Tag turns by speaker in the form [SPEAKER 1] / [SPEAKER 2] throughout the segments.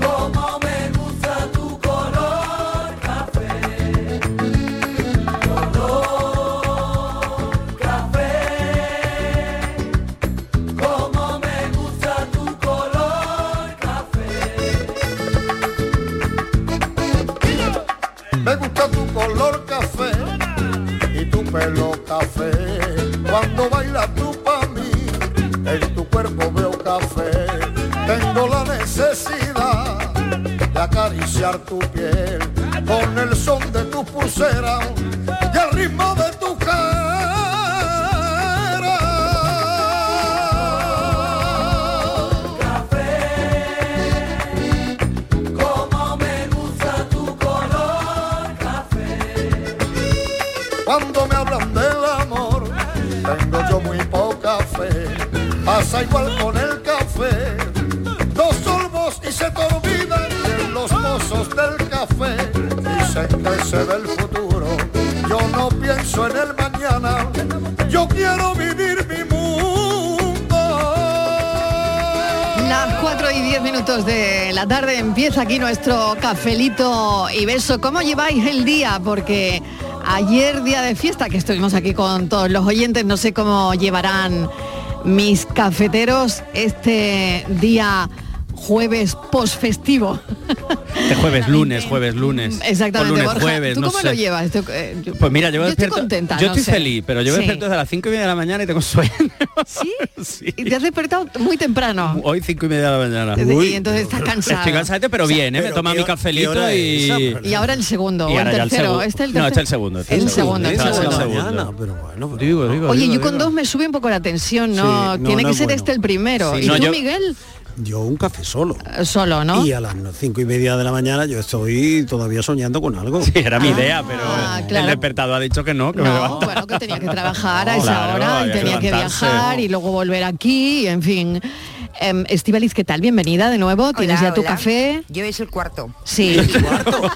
[SPEAKER 1] Como me gusta tu color café, color café. Como me gusta tu color café.
[SPEAKER 2] Me gusta tu color café y tu pelo café. Cuando bailas tú pa' mí, en tu cuerpo veo café. Tengo la necesidad de acariciar tu piel con el son de tu pulsera y el ritmo de tu
[SPEAKER 1] Como me gusta tu color
[SPEAKER 2] Cuando me hablan del amor, tengo yo muy poca fe. Pasa igual con el café. Dos sorbos y se te olvidan de los mozos del café. Dicen que se ve el futuro. Yo no pienso en el mañana. Yo quiero vivir mi mundo.
[SPEAKER 3] Las 4 y 10 minutos de la tarde empieza aquí nuestro cafelito y beso. ¿Cómo lleváis el día? Porque ayer día de fiesta que estuvimos aquí con todos los oyentes, no sé cómo llevarán mis cafeteros este día jueves posfestivo.
[SPEAKER 4] Este jueves, lunes, jueves, lunes.
[SPEAKER 3] Exactamente,
[SPEAKER 4] O lunes,
[SPEAKER 3] Borja,
[SPEAKER 4] jueves,
[SPEAKER 3] ¿tú
[SPEAKER 4] no
[SPEAKER 3] cómo
[SPEAKER 4] sé.
[SPEAKER 3] lo llevas? Tú, eh, yo-
[SPEAKER 4] Pues mira, yo,
[SPEAKER 3] Yo estoy
[SPEAKER 4] despierto-
[SPEAKER 3] contenta,
[SPEAKER 4] Yo
[SPEAKER 3] no
[SPEAKER 4] estoy
[SPEAKER 3] sé.
[SPEAKER 4] feliz, pero yo
[SPEAKER 3] Sí.
[SPEAKER 4] despierto desde las 5 y media de la mañana y tengo sueño.
[SPEAKER 3] ¿Sí? Y te has despertado muy temprano.
[SPEAKER 4] Hoy 5 y media de la mañana.
[SPEAKER 3] y entonces estás cansado.
[SPEAKER 4] Estoy cansado, pero bien, ¿eh? me toma mi cafelito y...
[SPEAKER 3] Y ahora el segundo,
[SPEAKER 4] y
[SPEAKER 3] o el
[SPEAKER 4] ahora ya el
[SPEAKER 3] tercero.
[SPEAKER 4] segu-
[SPEAKER 3] este el
[SPEAKER 4] No,
[SPEAKER 3] tercero.
[SPEAKER 4] este el segundo. este
[SPEAKER 3] El segundo, el
[SPEAKER 4] Este es
[SPEAKER 3] segundo.
[SPEAKER 4] segundo. Digo, digo,
[SPEAKER 3] Oye,
[SPEAKER 4] digo,
[SPEAKER 3] yo con
[SPEAKER 4] digo.
[SPEAKER 3] dos me sube un poco la tensión, ¿no?
[SPEAKER 5] Sí, no,
[SPEAKER 3] Tiene
[SPEAKER 5] no
[SPEAKER 3] que
[SPEAKER 5] es
[SPEAKER 3] ser
[SPEAKER 5] bueno.
[SPEAKER 3] este el primero.
[SPEAKER 5] Sí,
[SPEAKER 3] ¿Y
[SPEAKER 5] no,
[SPEAKER 3] tú,
[SPEAKER 5] yo-
[SPEAKER 3] Miguel?
[SPEAKER 5] Yo un café solo.
[SPEAKER 3] Eh, Solo, ¿no?
[SPEAKER 5] Y a las cinco y media de la mañana yo estoy todavía soñando con algo.
[SPEAKER 4] Era mi idea, pero
[SPEAKER 3] Ah, claro.
[SPEAKER 4] el despertador ha dicho que no, que me
[SPEAKER 3] No,
[SPEAKER 4] levanta.
[SPEAKER 3] bueno, que tenía que trabajar a esa
[SPEAKER 4] Claro,
[SPEAKER 3] hora y
[SPEAKER 4] había que
[SPEAKER 3] tenía que
[SPEAKER 4] levantarse.
[SPEAKER 3] viajar y luego volver aquí, y en fin. Em, Estivaliz, ¿qué tal? Bienvenida de nuevo. ¿Tienes
[SPEAKER 6] Hola,
[SPEAKER 3] ya tu
[SPEAKER 6] hola.
[SPEAKER 3] café?
[SPEAKER 6] Yo es el cuarto.
[SPEAKER 3] Sí.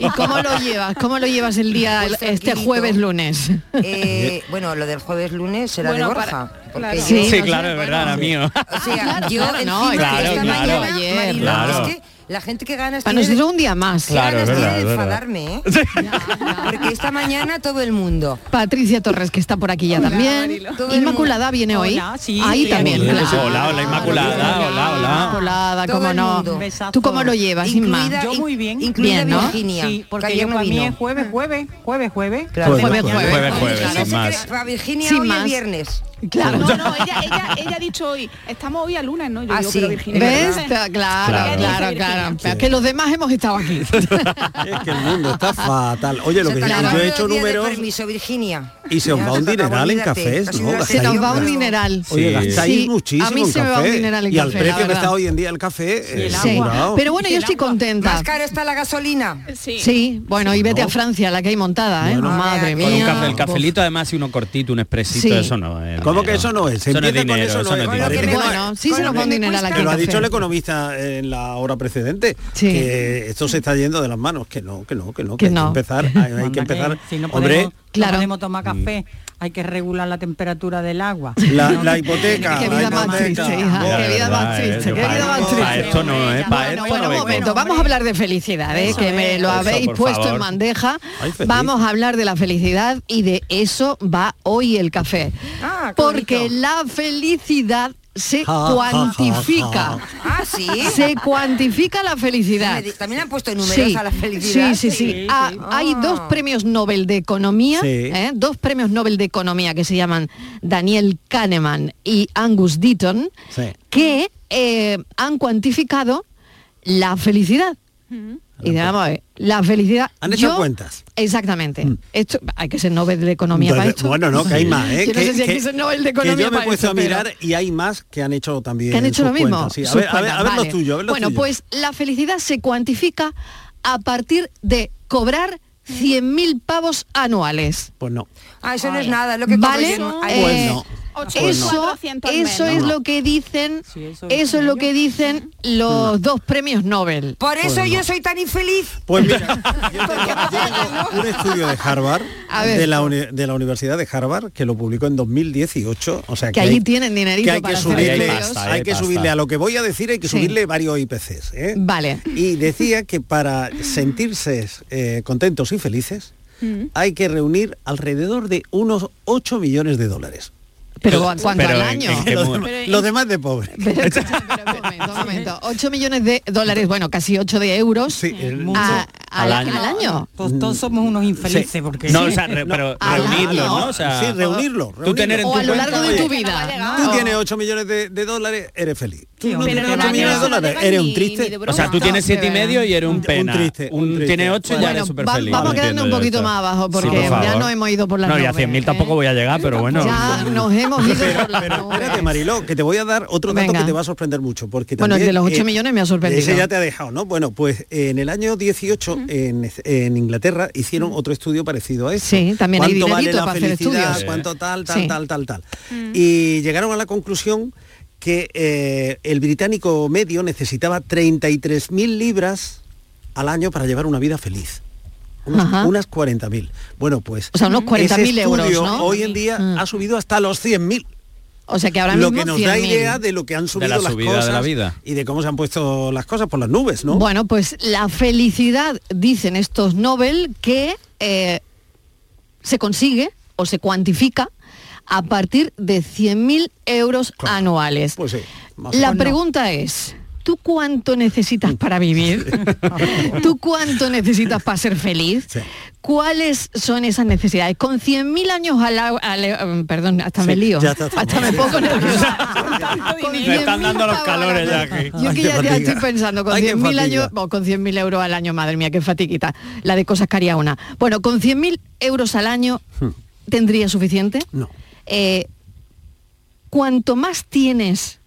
[SPEAKER 3] ¿Y cómo lo llevas? ¿Cómo lo llevas el día,
[SPEAKER 6] Pues
[SPEAKER 3] el- este
[SPEAKER 6] tranquilito.
[SPEAKER 3] jueves, lunes?
[SPEAKER 6] Eh, bueno, lo del jueves lunes será
[SPEAKER 3] Bueno,
[SPEAKER 6] de
[SPEAKER 3] para-
[SPEAKER 6] Borja.
[SPEAKER 3] claro.
[SPEAKER 6] yo-
[SPEAKER 3] Sí,
[SPEAKER 4] Sí, claro, es verdad, era mío.
[SPEAKER 6] O sea,
[SPEAKER 3] Claro,
[SPEAKER 6] yo
[SPEAKER 3] claro, no,
[SPEAKER 6] encima que
[SPEAKER 4] claro,
[SPEAKER 6] esta
[SPEAKER 4] claro.
[SPEAKER 6] mañana,
[SPEAKER 3] Ayer,
[SPEAKER 6] Marilo,
[SPEAKER 4] claro.
[SPEAKER 6] es que la gente que gana
[SPEAKER 3] Para nosotros un día más.
[SPEAKER 4] Claro, es
[SPEAKER 6] ganas
[SPEAKER 4] verdad,
[SPEAKER 6] tiene
[SPEAKER 4] es
[SPEAKER 6] de
[SPEAKER 4] verdad.
[SPEAKER 6] enfadarme, ¿eh? Porque esta mañana todo el mundo.
[SPEAKER 3] Patricia Torres, que está por aquí ya también.
[SPEAKER 6] Todo el
[SPEAKER 3] Inmaculada viene hoy.
[SPEAKER 7] Hola, sí,
[SPEAKER 3] Ahí
[SPEAKER 7] sí,
[SPEAKER 3] también.
[SPEAKER 4] Hola,
[SPEAKER 3] claro.
[SPEAKER 4] hola, hola, Inmaculada, hola, hola.
[SPEAKER 3] Inmaculada,
[SPEAKER 6] Todo
[SPEAKER 3] cómo
[SPEAKER 6] el
[SPEAKER 3] no.
[SPEAKER 6] mundo.
[SPEAKER 3] ¿Tú cómo lo llevas, Inma?
[SPEAKER 6] Incluida-
[SPEAKER 7] Yo muy bien.
[SPEAKER 6] Incluida
[SPEAKER 3] Bien, ¿no?
[SPEAKER 6] Virginia.
[SPEAKER 7] Sí,
[SPEAKER 6] que
[SPEAKER 7] porque
[SPEAKER 6] ayer
[SPEAKER 7] yo
[SPEAKER 6] no
[SPEAKER 7] para mí
[SPEAKER 6] vino.
[SPEAKER 7] es jueves, jueves, jueves, jueves.
[SPEAKER 6] Claro.
[SPEAKER 3] Jueves, jueves.
[SPEAKER 4] Jueves, jueves,
[SPEAKER 6] Virginia
[SPEAKER 4] sin
[SPEAKER 6] se cree-
[SPEAKER 4] más.
[SPEAKER 6] Para Virginia
[SPEAKER 3] Sin
[SPEAKER 6] hoy
[SPEAKER 3] más.
[SPEAKER 6] es viernes.
[SPEAKER 3] Claro.
[SPEAKER 8] No, no, ella, ella, ella ha dicho hoy, estamos hoy a lunes, ¿no? Yo
[SPEAKER 6] Ah,
[SPEAKER 8] digo,
[SPEAKER 6] sí.
[SPEAKER 8] pero Virginia,
[SPEAKER 3] ¿Ves?
[SPEAKER 8] ¿no?
[SPEAKER 3] Claro, claro, claro. Pero Que los demás hemos estado aquí.
[SPEAKER 5] Es que el mundo está fatal. Oye, lo
[SPEAKER 6] Se
[SPEAKER 5] que
[SPEAKER 6] te
[SPEAKER 5] yo
[SPEAKER 6] acabó
[SPEAKER 5] he
[SPEAKER 6] el
[SPEAKER 5] hecho
[SPEAKER 6] día de
[SPEAKER 5] números
[SPEAKER 6] Permiso, Virginia.
[SPEAKER 5] y se os
[SPEAKER 6] Ya
[SPEAKER 5] va eh? un
[SPEAKER 6] te acabó,
[SPEAKER 5] dineral en
[SPEAKER 6] olvídate.
[SPEAKER 5] cafés,
[SPEAKER 6] Ha sido
[SPEAKER 5] ¿no?
[SPEAKER 6] una
[SPEAKER 5] Gastáis
[SPEAKER 3] Se nos va
[SPEAKER 6] señora.
[SPEAKER 3] un dineral.
[SPEAKER 5] Oye, gastáis
[SPEAKER 3] Sí,
[SPEAKER 5] muchísimo
[SPEAKER 3] a mí
[SPEAKER 5] en
[SPEAKER 3] se me va
[SPEAKER 5] café.
[SPEAKER 3] un dineral en
[SPEAKER 5] y al
[SPEAKER 3] café, la
[SPEAKER 5] precio que
[SPEAKER 3] verdad.
[SPEAKER 5] está hoy en día el café, eh,
[SPEAKER 7] el
[SPEAKER 3] Sí.
[SPEAKER 5] asegurado.
[SPEAKER 3] Pero bueno, yo estoy contenta.
[SPEAKER 6] Más caro está la gasolina.
[SPEAKER 8] Sí.
[SPEAKER 3] Sí, bueno, y vete a Francia, la que hay montada, ¿eh?
[SPEAKER 5] Bueno.
[SPEAKER 3] Madre
[SPEAKER 6] Con
[SPEAKER 3] mía.
[SPEAKER 4] Con un café, el
[SPEAKER 3] Uf.
[SPEAKER 4] cafelito además y uno cortito, un expresito,
[SPEAKER 3] Sí.
[SPEAKER 4] eso no. es
[SPEAKER 5] ¿Cómo
[SPEAKER 4] dinero.
[SPEAKER 5] que eso no es? Se
[SPEAKER 4] Eso no es
[SPEAKER 5] empieza con
[SPEAKER 4] dinero,
[SPEAKER 5] eso,
[SPEAKER 4] eso,
[SPEAKER 5] no es.
[SPEAKER 4] no es
[SPEAKER 5] Parece
[SPEAKER 4] dinero.
[SPEAKER 5] que no
[SPEAKER 3] Bueno, sí se nos va un dineral aquí
[SPEAKER 5] Que lo ha
[SPEAKER 3] al
[SPEAKER 5] dicho el
[SPEAKER 3] café.
[SPEAKER 5] economista en la hora precedente,
[SPEAKER 3] Sí.
[SPEAKER 5] que esto se está yendo de las manos, que no, que no, que no,
[SPEAKER 3] Que
[SPEAKER 5] que, hay
[SPEAKER 3] no.
[SPEAKER 5] que empezar, hay, hay
[SPEAKER 7] Anda,
[SPEAKER 5] que empezar.
[SPEAKER 7] Si no podemos,
[SPEAKER 5] Hombre,
[SPEAKER 7] no
[SPEAKER 3] Claro.
[SPEAKER 7] podemos tomar café, hay que regular la temperatura del agua.
[SPEAKER 5] la,
[SPEAKER 7] No,
[SPEAKER 5] la hipoteca.
[SPEAKER 3] Qué
[SPEAKER 5] la
[SPEAKER 3] vida más
[SPEAKER 5] hipoteca.
[SPEAKER 3] triste, hija.
[SPEAKER 4] Mira,
[SPEAKER 3] Qué
[SPEAKER 4] de
[SPEAKER 3] vida más
[SPEAKER 4] verdad, eh,
[SPEAKER 3] triste,
[SPEAKER 4] yo
[SPEAKER 3] qué
[SPEAKER 4] pa-
[SPEAKER 3] vida más
[SPEAKER 4] pa'
[SPEAKER 3] triste.
[SPEAKER 4] esto no, eh, pa'
[SPEAKER 3] Bueno,
[SPEAKER 4] esto
[SPEAKER 3] bueno,
[SPEAKER 4] no
[SPEAKER 3] un
[SPEAKER 4] vengo.
[SPEAKER 3] momento, vamos a hablar de felicidad, eh, que me lo
[SPEAKER 4] Eso,
[SPEAKER 3] habéis
[SPEAKER 4] por
[SPEAKER 3] puesto en
[SPEAKER 4] favor.
[SPEAKER 3] bandeja.
[SPEAKER 5] Ay, feliz.
[SPEAKER 3] Vamos a hablar de la felicidad y de eso va hoy el café.
[SPEAKER 6] Ah, qué
[SPEAKER 3] Porque
[SPEAKER 6] bonito.
[SPEAKER 3] la felicidad se
[SPEAKER 5] Ja, ja, ja,
[SPEAKER 3] cuantifica.
[SPEAKER 6] Ah, sí.
[SPEAKER 3] Se cuantifica la felicidad.
[SPEAKER 6] Me di- También han puesto números a la felicidad.
[SPEAKER 3] Sí, sí, sí. Ah, Hay dos premios Nobel de Economía,
[SPEAKER 5] Sí.
[SPEAKER 3] ¿eh? dos premios Nobel de Economía que se llaman Daniel Kahneman y Angus Deaton,
[SPEAKER 5] Sí.
[SPEAKER 3] que eh, han cuantificado la felicidad. Y digamos, a ver, la felicidad...
[SPEAKER 5] Mm. Han hecho cuentas.
[SPEAKER 3] Exactamente. Esto, hay que ser Nobel de Economía para
[SPEAKER 5] Entonces,
[SPEAKER 3] esto.
[SPEAKER 5] Bueno, no, que hay más, ¿eh?
[SPEAKER 3] Yo no
[SPEAKER 5] que,
[SPEAKER 3] sé si hay
[SPEAKER 5] que-
[SPEAKER 3] que ser Nobel de
[SPEAKER 5] que
[SPEAKER 3] Economía
[SPEAKER 5] yo me
[SPEAKER 3] para
[SPEAKER 5] he puesto
[SPEAKER 3] eso,
[SPEAKER 5] a
[SPEAKER 3] pero-
[SPEAKER 5] mirar y hay más que han hecho también.
[SPEAKER 3] que han hecho lo
[SPEAKER 5] sus
[SPEAKER 3] mismo.
[SPEAKER 5] cuentas, sí. A
[SPEAKER 3] sus
[SPEAKER 5] ver, a ver,
[SPEAKER 3] cuentas,
[SPEAKER 5] a ver
[SPEAKER 3] vale.
[SPEAKER 5] lo tuyo, a ver lo
[SPEAKER 3] bueno,
[SPEAKER 5] tuyo.
[SPEAKER 3] pues la felicidad se cuantifica a partir de cobrar 100.000 pavos anuales.
[SPEAKER 5] Pues no.
[SPEAKER 6] Ah, eso no es nada, es lo que
[SPEAKER 3] ¿Vale?
[SPEAKER 6] cobro yo en-
[SPEAKER 3] Eh,
[SPEAKER 6] ayer.
[SPEAKER 5] Bueno.
[SPEAKER 6] Pues
[SPEAKER 3] Eso,
[SPEAKER 8] 8.400 al mes,
[SPEAKER 3] eso
[SPEAKER 8] ¿no?
[SPEAKER 3] es lo que dicen, eso, es lo que dicen los dos premios Nobel.
[SPEAKER 6] Por eso
[SPEAKER 5] Mm. Pues no.
[SPEAKER 6] yo soy tan infeliz.
[SPEAKER 5] Pues mira, un estudio de Harvard,
[SPEAKER 3] A ver.
[SPEAKER 5] de la, uni- de la Universidad de Harvard, que lo publicó en 2018. O sea,
[SPEAKER 3] Que allí tienen dinerito
[SPEAKER 5] que hay que
[SPEAKER 3] para hacer
[SPEAKER 5] subirle,
[SPEAKER 3] estudios.
[SPEAKER 4] pasta,
[SPEAKER 5] hay
[SPEAKER 4] hay
[SPEAKER 5] que
[SPEAKER 4] pasta.
[SPEAKER 5] subirle a lo que voy a decir, hay que
[SPEAKER 3] Sí.
[SPEAKER 5] subirle varios IPCs. ¿eh?
[SPEAKER 3] Vale.
[SPEAKER 5] Y decía que para sentirse eh, contentos y felices hay que reunir alrededor de unos 8 millones de dólares.
[SPEAKER 3] Pero ¿cuánto al
[SPEAKER 4] en-
[SPEAKER 3] año?
[SPEAKER 4] en qué
[SPEAKER 5] Los
[SPEAKER 4] mu-
[SPEAKER 5] demás, los demás de pobre.
[SPEAKER 3] Pero, escucha, pero un momento, un momento. 8 millones de dólares, bueno, casi 8 de euros
[SPEAKER 5] Sí, el-
[SPEAKER 3] a- al,
[SPEAKER 4] Al
[SPEAKER 3] al
[SPEAKER 4] año.
[SPEAKER 3] año.
[SPEAKER 7] Pues todos somos unos infelices
[SPEAKER 5] Mm. Sí.
[SPEAKER 7] porque
[SPEAKER 4] No, o sea, re- pero
[SPEAKER 3] Ah,
[SPEAKER 4] reunirlo,
[SPEAKER 3] no.
[SPEAKER 4] ¿no? O sea,
[SPEAKER 5] sí, reunirlo.
[SPEAKER 4] tú tener en
[SPEAKER 3] O
[SPEAKER 4] tu
[SPEAKER 3] a lo
[SPEAKER 4] cuenta,
[SPEAKER 3] largo de tu
[SPEAKER 4] oye,
[SPEAKER 3] vida.
[SPEAKER 8] no
[SPEAKER 5] Tú
[SPEAKER 3] ¿no?
[SPEAKER 5] tienes 8 millones de, de dólares, eres feliz. Tú no
[SPEAKER 7] hombre,
[SPEAKER 5] tienes
[SPEAKER 7] no,
[SPEAKER 5] 8
[SPEAKER 7] no,
[SPEAKER 5] millones de
[SPEAKER 7] no, no,
[SPEAKER 5] dólares, eres un triste.
[SPEAKER 4] O sea, tú
[SPEAKER 3] No,
[SPEAKER 4] tienes
[SPEAKER 3] de
[SPEAKER 4] siete y
[SPEAKER 3] verdad.
[SPEAKER 4] medio y eres un
[SPEAKER 5] Un
[SPEAKER 4] pena.
[SPEAKER 5] triste, un triste.
[SPEAKER 4] Tiene ocho y ya
[SPEAKER 5] Bueno,
[SPEAKER 4] eres
[SPEAKER 3] Bueno,
[SPEAKER 4] súper
[SPEAKER 3] va-
[SPEAKER 4] feliz.
[SPEAKER 3] vamos a quedarnos un poquito más abajo porque ya nos hemos ido por las
[SPEAKER 4] No, y a
[SPEAKER 3] nubes,
[SPEAKER 4] 100.000
[SPEAKER 3] ¿eh?
[SPEAKER 4] tampoco voy a llegar, pero bueno.
[SPEAKER 3] Ya nos hemos ido por las nubes.
[SPEAKER 5] Espérate, Mariló, que te voy a dar otro dato
[SPEAKER 3] Venga.
[SPEAKER 5] que te va a sorprender mucho. Porque
[SPEAKER 3] Bueno, el
[SPEAKER 5] también, eh,
[SPEAKER 3] de los 8 millones me ha sorprendido.
[SPEAKER 5] Ese ya te ha dejado, ¿no? Bueno, pues eh, en el año 18 en, en Inglaterra hicieron otro estudio parecido a ese.
[SPEAKER 3] Sí, también hay
[SPEAKER 5] ¿Cuánto vale
[SPEAKER 3] dinerito
[SPEAKER 5] la
[SPEAKER 3] para hacer
[SPEAKER 5] felicidad?
[SPEAKER 3] estudios.
[SPEAKER 5] ¿Cuánto tal, tal,
[SPEAKER 3] Sí.
[SPEAKER 5] tal, tal, tal? Y llegaron a la conclusión que eh, el británico medio necesitaba 33.000 libras al año para llevar una vida feliz. Unos-
[SPEAKER 3] Ajá.
[SPEAKER 5] unas 40.000. Bueno, pues...
[SPEAKER 3] O sea, unos
[SPEAKER 5] ese
[SPEAKER 3] 40.000 euros,
[SPEAKER 5] estudio
[SPEAKER 3] ¿no?
[SPEAKER 5] Hoy en día
[SPEAKER 3] Mm.
[SPEAKER 5] ha subido hasta los 100.000
[SPEAKER 3] O sea que ahora
[SPEAKER 5] lo
[SPEAKER 3] mismo
[SPEAKER 5] que nos da
[SPEAKER 3] 100.000.
[SPEAKER 5] idea de lo que han subido
[SPEAKER 4] la
[SPEAKER 5] las
[SPEAKER 4] subida de la
[SPEAKER 5] cosas
[SPEAKER 4] vida.
[SPEAKER 5] y de cómo se han puesto las cosas por las nubes, ¿no?
[SPEAKER 3] Bueno, pues la felicidad, dicen estos Nobel, que eh, se consigue o se cuantifica a partir de 100.000 euros
[SPEAKER 5] Claro.
[SPEAKER 3] anuales.
[SPEAKER 5] Pues sí, más o
[SPEAKER 3] la
[SPEAKER 5] menos.
[SPEAKER 3] pregunta es, ¿tú cuánto necesitas para vivir? ¿Tú cuánto necesitas para ser feliz?
[SPEAKER 5] Sí.
[SPEAKER 3] ¿Cuáles son esas necesidades? Con 100.000 años al, au- al- eh, Perdón, hasta me
[SPEAKER 5] Sí,
[SPEAKER 3] lío.
[SPEAKER 5] ya está, está
[SPEAKER 3] hasta
[SPEAKER 5] muy
[SPEAKER 3] me
[SPEAKER 5] bien.
[SPEAKER 3] pongo nerviosa. Con
[SPEAKER 4] Me están
[SPEAKER 3] 100.000
[SPEAKER 4] dando los
[SPEAKER 3] pavos
[SPEAKER 4] calores ya
[SPEAKER 3] al año.
[SPEAKER 4] aquí.
[SPEAKER 3] Yo
[SPEAKER 5] Ah, Ay,
[SPEAKER 3] que
[SPEAKER 5] qué
[SPEAKER 3] ya, ya
[SPEAKER 5] fatiga.
[SPEAKER 3] estoy pensando, con
[SPEAKER 5] Ay, qué
[SPEAKER 3] 100.000
[SPEAKER 5] fatiga.
[SPEAKER 3] años, bueno, con 100.000 euros al año, madre mía, qué fatiguita, la de cosas que haría una. Bueno, con 100.000 euros al año,
[SPEAKER 5] Hmm.
[SPEAKER 3] ¿tendría suficiente?
[SPEAKER 5] No.
[SPEAKER 3] Eh, cuanto más tienes,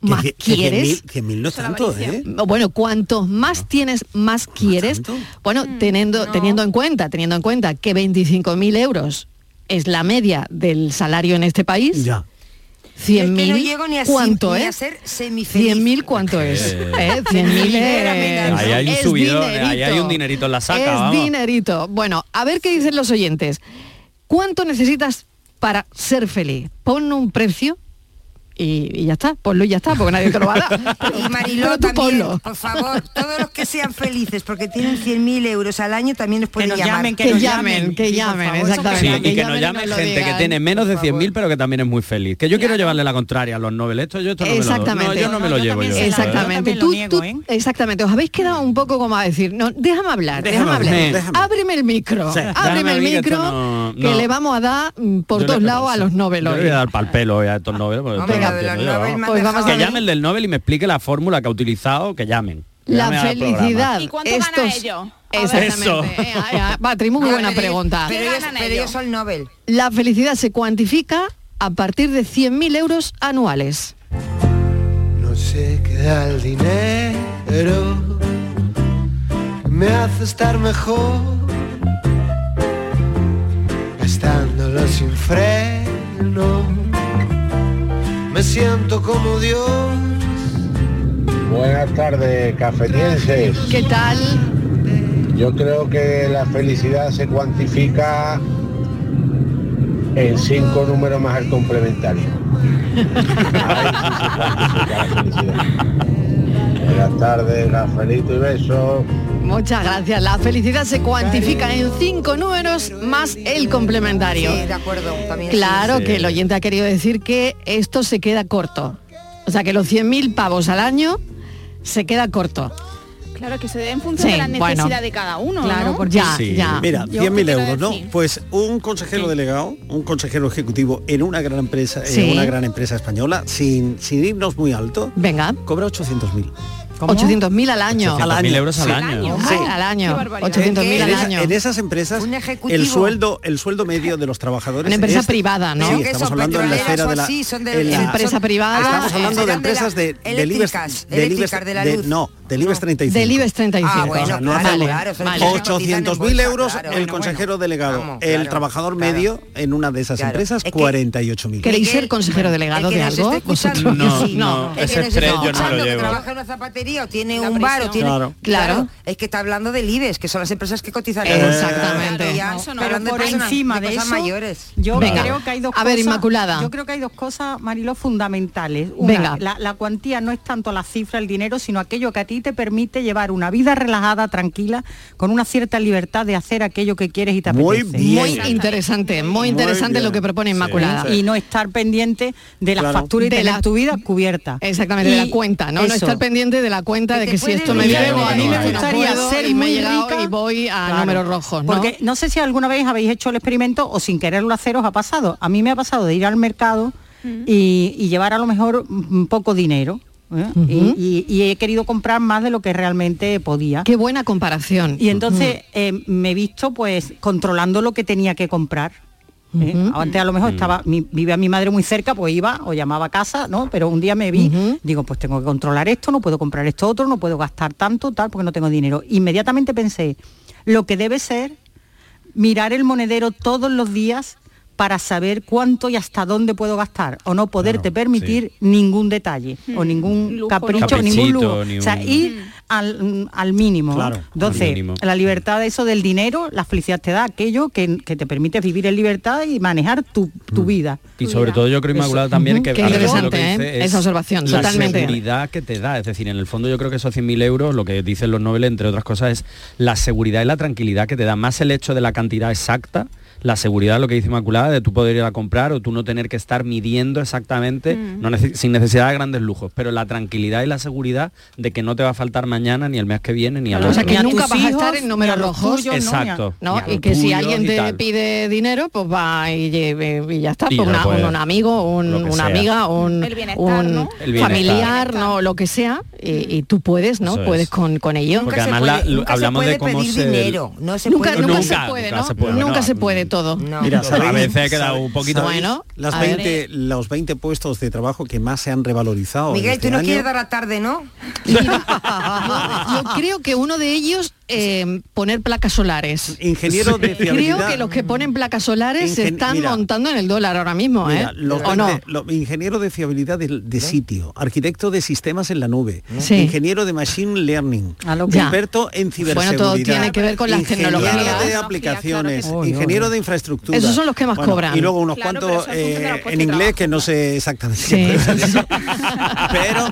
[SPEAKER 5] Que
[SPEAKER 3] más
[SPEAKER 5] cien- que
[SPEAKER 3] quieres.
[SPEAKER 5] 100.000 100.000 no es tanto, ¿eh?
[SPEAKER 3] O Bueno, cuantos más tienes, más quieres.
[SPEAKER 5] tanto?
[SPEAKER 3] Bueno,
[SPEAKER 6] Mm,
[SPEAKER 3] teniendo, teniendo en cuenta, teniendo en cuenta que 25.000 euros es la media del salario en este país,
[SPEAKER 5] Ya.
[SPEAKER 6] Es
[SPEAKER 3] 100.000
[SPEAKER 6] que no llego ni a, ser-
[SPEAKER 3] cuánto
[SPEAKER 6] ni a
[SPEAKER 3] es
[SPEAKER 6] ser semifeliz.
[SPEAKER 3] 100.000 cuánto es? ¿Eh? 100.000
[SPEAKER 6] Libérame,
[SPEAKER 3] es...
[SPEAKER 6] Ahí
[SPEAKER 4] hay un
[SPEAKER 3] es
[SPEAKER 4] subidón, ahí hay un dinerito en la saca,
[SPEAKER 3] Es
[SPEAKER 4] vamos.
[SPEAKER 3] dinerito. Bueno, a ver qué dicen los oyentes. ¿Cuánto necesitas para ser feliz? Pon un precio y, y ya está. Ponlo y ya está, porque nadie te lo va a dar.
[SPEAKER 6] Y Mariló
[SPEAKER 3] Pero tú
[SPEAKER 6] también,
[SPEAKER 3] ponlo.
[SPEAKER 6] por favor, todos los que sean felices porque tienen 100.000 euros al año también nos
[SPEAKER 7] que
[SPEAKER 6] pueden
[SPEAKER 7] nos
[SPEAKER 6] llamar.
[SPEAKER 7] llamen, que,
[SPEAKER 3] Que
[SPEAKER 7] nos
[SPEAKER 3] llamen, que
[SPEAKER 7] sí, por
[SPEAKER 3] llamen,
[SPEAKER 7] favor.
[SPEAKER 3] exactamente.
[SPEAKER 4] Sí,
[SPEAKER 3] Venga,
[SPEAKER 4] y
[SPEAKER 3] que
[SPEAKER 4] que
[SPEAKER 3] llamen
[SPEAKER 4] nos
[SPEAKER 3] y
[SPEAKER 4] llamen
[SPEAKER 3] nos lo
[SPEAKER 4] gente que
[SPEAKER 3] digan,
[SPEAKER 4] tiene menos de
[SPEAKER 3] por
[SPEAKER 4] 100.000 pero que también es muy feliz. Que yo quiero llevarle la contraria a los Nobel. Esto yo esto no me lo
[SPEAKER 3] Exactamente.
[SPEAKER 4] No, yo no me
[SPEAKER 7] No,
[SPEAKER 4] lo
[SPEAKER 7] yo
[SPEAKER 4] llevo yo.
[SPEAKER 7] también
[SPEAKER 4] esto, ¿eh?
[SPEAKER 3] Exactamente.
[SPEAKER 7] Yo también lo
[SPEAKER 3] Tú-
[SPEAKER 7] niego,
[SPEAKER 3] tú-
[SPEAKER 7] ¿eh?
[SPEAKER 3] Exactamente. Os habéis quedado un poco como a decir, no, déjame hablar, déjame,
[SPEAKER 5] Déjame,
[SPEAKER 3] hablar.
[SPEAKER 5] déjame.
[SPEAKER 3] Ábreme el micro,
[SPEAKER 5] Sí.
[SPEAKER 3] ábreme
[SPEAKER 4] Déjame a
[SPEAKER 3] el
[SPEAKER 4] mí que
[SPEAKER 3] micro,
[SPEAKER 4] esto no-
[SPEAKER 3] que
[SPEAKER 4] no.
[SPEAKER 3] le vamos a dar mm, por
[SPEAKER 4] Yo le-
[SPEAKER 3] todos lados a los Nobel
[SPEAKER 4] Yo le
[SPEAKER 3] hoy.
[SPEAKER 4] voy a dar pal pelo hoy a estos Nobel.
[SPEAKER 6] Hombre,
[SPEAKER 4] porque esto
[SPEAKER 6] lo
[SPEAKER 4] no
[SPEAKER 6] de los
[SPEAKER 4] entiendo yo,
[SPEAKER 6] Nobel
[SPEAKER 4] vamos.
[SPEAKER 6] me ha
[SPEAKER 3] Pues vamos
[SPEAKER 6] dejado-
[SPEAKER 3] a
[SPEAKER 4] Que
[SPEAKER 3] ver.
[SPEAKER 4] llamen el del Nobel y me explique la fórmula que ha utilizado, que llamen. Que
[SPEAKER 3] La
[SPEAKER 4] llamen al programa.
[SPEAKER 3] felicidad.
[SPEAKER 8] ¿Y cuánto
[SPEAKER 3] Estos-
[SPEAKER 8] gana ello? A ver.
[SPEAKER 3] Exactamente.
[SPEAKER 4] Eso.
[SPEAKER 3] Eh, eh, eh, Patri, muy
[SPEAKER 6] Ah,
[SPEAKER 3] buena
[SPEAKER 6] pero-
[SPEAKER 3] pregunta.
[SPEAKER 6] Pero
[SPEAKER 8] ¿Qué
[SPEAKER 6] ellos,
[SPEAKER 8] ganan
[SPEAKER 6] pero
[SPEAKER 8] ellos?
[SPEAKER 6] ellos son Nobel.
[SPEAKER 3] La felicidad se cuantifica a partir de 100.000 euros anuales.
[SPEAKER 9] No sé qué da el dinero, me hace estar mejor, gastándolo sin freno, me siento como Dios.
[SPEAKER 10] Buenas tardes, cafetienses.
[SPEAKER 3] ¿Qué tal?
[SPEAKER 10] Yo creo que la felicidad se cuantifica en cinco números más el complementario. Ahí sí se cuantifica la felicidad. Buenas tardes, cafelito y besos.
[SPEAKER 3] Muchas gracias. La felicidad se cuantifica en cinco números más el complementario.
[SPEAKER 6] Sí, de acuerdo. También sí.
[SPEAKER 3] Claro que el oyente ha querido decir que esto se queda corto. O sea, que los 100.000 pavos al año se queda corto.
[SPEAKER 8] Claro, que se dé en función
[SPEAKER 3] Sí,
[SPEAKER 8] de la necesidad
[SPEAKER 3] bueno.
[SPEAKER 8] de cada uno,
[SPEAKER 3] Claro,
[SPEAKER 8] ¿no?
[SPEAKER 3] porque ya,
[SPEAKER 4] Sí.
[SPEAKER 3] ya.
[SPEAKER 5] Mira,
[SPEAKER 8] Yo
[SPEAKER 5] 100.000
[SPEAKER 8] quiero
[SPEAKER 5] euros, ¿no?
[SPEAKER 8] decir-
[SPEAKER 5] Pues un consejero delegado, un consejero ejecutivo en una gran empresa,
[SPEAKER 3] Sí.
[SPEAKER 5] en una gran empresa española, sin, sin irnos muy alto,
[SPEAKER 3] Venga,
[SPEAKER 5] cobra 800.000.
[SPEAKER 3] 800.000 al año.
[SPEAKER 5] al año.
[SPEAKER 4] 100.000 euros al
[SPEAKER 5] Sí.
[SPEAKER 4] año.
[SPEAKER 3] Hombre, al año.
[SPEAKER 8] Qué barbaridad.
[SPEAKER 3] 800.000
[SPEAKER 5] En,
[SPEAKER 3] al
[SPEAKER 5] esa-
[SPEAKER 3] año.
[SPEAKER 5] en esas empresas
[SPEAKER 6] Un ejecutivo.
[SPEAKER 5] el sueldo el sueldo medio de los trabajadores
[SPEAKER 3] Una empresa
[SPEAKER 5] es-
[SPEAKER 3] privada, ¿no?
[SPEAKER 5] sí,
[SPEAKER 6] Porque
[SPEAKER 5] estamos
[SPEAKER 6] son
[SPEAKER 5] hablando en la
[SPEAKER 6] petroleras
[SPEAKER 5] esfera
[SPEAKER 6] o
[SPEAKER 5] de la,
[SPEAKER 6] así, son de-
[SPEAKER 5] en la-
[SPEAKER 3] Empresa privada,
[SPEAKER 5] estamos
[SPEAKER 3] eh,
[SPEAKER 5] hablando de
[SPEAKER 6] serán
[SPEAKER 5] empresas de,
[SPEAKER 6] la-
[SPEAKER 5] del IBEX-
[SPEAKER 6] eléctricas,
[SPEAKER 5] del IBEX-
[SPEAKER 6] eléctricas de la
[SPEAKER 5] de-
[SPEAKER 6] luz.
[SPEAKER 5] no Del IBEX 35.
[SPEAKER 3] Del IBEX 35.
[SPEAKER 5] Ah, bueno,
[SPEAKER 3] No
[SPEAKER 5] claro,
[SPEAKER 3] hacemos-
[SPEAKER 5] claro, son
[SPEAKER 3] vale.
[SPEAKER 5] 800.000
[SPEAKER 3] bolsa,
[SPEAKER 5] euros
[SPEAKER 3] claro,
[SPEAKER 5] el
[SPEAKER 3] bueno,
[SPEAKER 5] consejero delegado.
[SPEAKER 3] Vamos,
[SPEAKER 5] el
[SPEAKER 3] claro,
[SPEAKER 5] trabajador medio en una de esas
[SPEAKER 3] Claro.
[SPEAKER 5] empresas,
[SPEAKER 3] Es que-
[SPEAKER 5] 48.000.
[SPEAKER 3] ¿Queréis ser consejero delegado
[SPEAKER 6] que
[SPEAKER 3] de
[SPEAKER 6] nos
[SPEAKER 3] algo?
[SPEAKER 6] esté escuchando,
[SPEAKER 3] ¿Vosotros?
[SPEAKER 5] No, Sí. no,
[SPEAKER 6] El
[SPEAKER 5] ese
[SPEAKER 6] que nos
[SPEAKER 5] tren
[SPEAKER 6] está
[SPEAKER 5] yo no me lo
[SPEAKER 6] escuchando, que
[SPEAKER 5] llevo.
[SPEAKER 6] trabaja en una zapatería o tiene un bar o tiene...
[SPEAKER 5] Claro.
[SPEAKER 6] Claro, Es que está hablando del IBEX, que son las empresas que cotizan.
[SPEAKER 3] Eh,
[SPEAKER 6] en bolsa. Claro, ya,
[SPEAKER 7] Eso no,
[SPEAKER 6] pero han de
[SPEAKER 7] por
[SPEAKER 6] personas-
[SPEAKER 7] encima de,
[SPEAKER 6] cosas
[SPEAKER 7] eso,
[SPEAKER 6] mayores.
[SPEAKER 7] Yo
[SPEAKER 3] Venga.
[SPEAKER 7] creo que hay dos
[SPEAKER 3] A ver,
[SPEAKER 7] cosas-
[SPEAKER 3] Inmaculada.
[SPEAKER 7] Yo creo que hay dos cosas, Marilo, fundamentales. Una,
[SPEAKER 3] Venga.
[SPEAKER 7] La, la cuantía no es tanto la cifra, el dinero, sino aquello que a ti te permite llevar una vida relajada, tranquila, con una cierta libertad de hacer aquello que quieres y te
[SPEAKER 3] Muy
[SPEAKER 7] apetece.
[SPEAKER 3] bien. Muy interesante, muy Muy interesante bien. lo que propone Inmaculada.
[SPEAKER 7] Y no estar pendiente de las
[SPEAKER 3] Claro.
[SPEAKER 7] facturas y
[SPEAKER 3] De
[SPEAKER 7] de tener
[SPEAKER 3] la-
[SPEAKER 7] tu vida cubierta.
[SPEAKER 3] Exactamente, de la cuenta, ¿no? No
[SPEAKER 7] eso.
[SPEAKER 3] estar pendiente de la cuenta de que si esto me
[SPEAKER 7] Claro,
[SPEAKER 3] llega o a mí me
[SPEAKER 7] claro.
[SPEAKER 3] gustaría ser y me he llegado y voy a
[SPEAKER 7] Claro.
[SPEAKER 3] números rojos, ¿no?
[SPEAKER 7] Porque no sé si alguna vez habéis hecho el experimento o sin quererlo hacer os ha pasado. A mí me ha pasado de ir al mercado y, y llevar a lo mejor mm, poco dinero. ¿eh?
[SPEAKER 3] Ujú.
[SPEAKER 7] y, y- y he querido comprar más de lo que realmente podía.
[SPEAKER 3] Qué buena comparación.
[SPEAKER 7] Y entonces eh, me he visto pues controlando lo que tenía que comprar. ¿eh? Antes a lo
[SPEAKER 11] Mm.
[SPEAKER 7] mejor estaba, mi, vivía mi madre muy cerca, pues iba o llamaba a casa, ¿no? Pero un día me vi, digo, pues tengo que controlar esto, no puedo comprar esto otro, no puedo gastar tanto, tal, porque no tengo dinero. Inmediatamente pensé, lo que debe ser mirar el monedero todos los días para saber cuánto y hasta dónde puedo gastar o no poderte permitir ningún detalle o ningún
[SPEAKER 11] Lujo,
[SPEAKER 7] capricho,
[SPEAKER 11] lujo.
[SPEAKER 7] ningún lujo.
[SPEAKER 11] Caprichito,
[SPEAKER 7] O sea,
[SPEAKER 11] ni un-
[SPEAKER 7] ir al, al mínimo.
[SPEAKER 11] Claro,
[SPEAKER 7] ¿no? Entonces,
[SPEAKER 11] al mínimo.
[SPEAKER 7] la libertad de eso del dinero, la felicidad te da aquello que, que te permite vivir en libertad y manejar tu, tu vida.
[SPEAKER 4] Y sobre todo yo creo,
[SPEAKER 7] Eso.
[SPEAKER 4] Inmaculada, también
[SPEAKER 7] Pues, Ujú,
[SPEAKER 4] que...
[SPEAKER 7] qué
[SPEAKER 4] a veces lo
[SPEAKER 7] interesante,
[SPEAKER 4] que dice
[SPEAKER 7] ¿eh? Esa observación,
[SPEAKER 4] la
[SPEAKER 7] totalmente.
[SPEAKER 4] seguridad que te da. Es decir, en el fondo yo creo que esos 100.000 euros, lo que dicen los noveles, entre otras cosas, es la seguridad y la tranquilidad que te da. Más el hecho de la cantidad exacta, la seguridad, lo que dice Inmaculada, de tú poder ir a comprar o tú no tener que estar midiendo exactamente,
[SPEAKER 7] Mm.
[SPEAKER 4] no nece- sin necesidad de grandes lujos, pero la tranquilidad y la seguridad de que no te va a faltar mañana, ni el mes que viene, ni al
[SPEAKER 3] O sea,
[SPEAKER 4] otro.
[SPEAKER 3] que nunca vas a estar en números rojos.
[SPEAKER 4] Exacto.
[SPEAKER 3] ¿no?
[SPEAKER 4] ni a
[SPEAKER 3] Y
[SPEAKER 4] los
[SPEAKER 3] que si
[SPEAKER 4] tuyos
[SPEAKER 3] alguien
[SPEAKER 4] y
[SPEAKER 3] te
[SPEAKER 4] tal.
[SPEAKER 3] pide dinero, pues va y, lleve- y ya está.
[SPEAKER 4] Y
[SPEAKER 3] pues
[SPEAKER 4] ya
[SPEAKER 3] una-
[SPEAKER 4] puede.
[SPEAKER 3] un, un amigo, un-
[SPEAKER 4] Lo que
[SPEAKER 3] una
[SPEAKER 4] sea.
[SPEAKER 3] amiga, un,
[SPEAKER 8] El bienestar,
[SPEAKER 3] un
[SPEAKER 8] ¿no?
[SPEAKER 4] El bienestar.
[SPEAKER 3] familiar, no, lo que sea. Y, y tú puedes, ¿no?
[SPEAKER 4] Eso es.
[SPEAKER 3] puedes con, con ello.
[SPEAKER 4] Porque Nunca se además la- puede- nunca se hablamos de puede cómo pedir se- dinero, no se
[SPEAKER 3] nunca,
[SPEAKER 4] puede-
[SPEAKER 3] nunca
[SPEAKER 4] Nunca,
[SPEAKER 3] se puede,
[SPEAKER 4] nunca
[SPEAKER 3] ¿no?
[SPEAKER 4] se puede,
[SPEAKER 3] nunca
[SPEAKER 4] no.
[SPEAKER 3] se puede todo.
[SPEAKER 4] Mira, ¿sabéis? a veces he quedado un poquito-
[SPEAKER 3] Bueno,
[SPEAKER 5] las
[SPEAKER 3] a ver.
[SPEAKER 5] 20, los 20 puestos de trabajo que más se han revalorizado. en
[SPEAKER 6] Miguel,
[SPEAKER 5] este
[SPEAKER 6] tú no
[SPEAKER 5] año.
[SPEAKER 6] quieres dar la tarde, ¿no?
[SPEAKER 3] Yo creo que uno de ellos eh, poner placas solares.
[SPEAKER 5] Ingeniero de
[SPEAKER 3] Creo
[SPEAKER 5] fiabilidad.
[SPEAKER 3] que los que ponen placas solares se
[SPEAKER 5] Ingen-
[SPEAKER 3] están
[SPEAKER 5] mira.
[SPEAKER 3] montando en el dólar ahora mismo,
[SPEAKER 5] Mira,
[SPEAKER 3] ¿eh?
[SPEAKER 5] los
[SPEAKER 3] ¿O no?
[SPEAKER 5] de- los ingenieros de fiabilidad de, de sitio, arquitecto de sistemas en la nube,
[SPEAKER 3] Sí.
[SPEAKER 5] ingeniero de machine learning,
[SPEAKER 3] A lo que-
[SPEAKER 5] experto
[SPEAKER 3] Bueno,
[SPEAKER 5] en
[SPEAKER 3] todo
[SPEAKER 5] ciberseguridad.
[SPEAKER 3] tiene que ver con las
[SPEAKER 5] ingeniero
[SPEAKER 3] tecnologías.
[SPEAKER 5] de aplicaciones,
[SPEAKER 3] claro que sí.
[SPEAKER 5] ingeniero de infraestructura.
[SPEAKER 3] Esos son los que más cobran.
[SPEAKER 5] Y luego unos
[SPEAKER 3] Claro, pero
[SPEAKER 5] cuantos
[SPEAKER 3] eso es función de
[SPEAKER 5] eh,
[SPEAKER 3] los puestos
[SPEAKER 5] en
[SPEAKER 3] de
[SPEAKER 5] inglés
[SPEAKER 3] trabajo.
[SPEAKER 5] que no sé exactamente. pero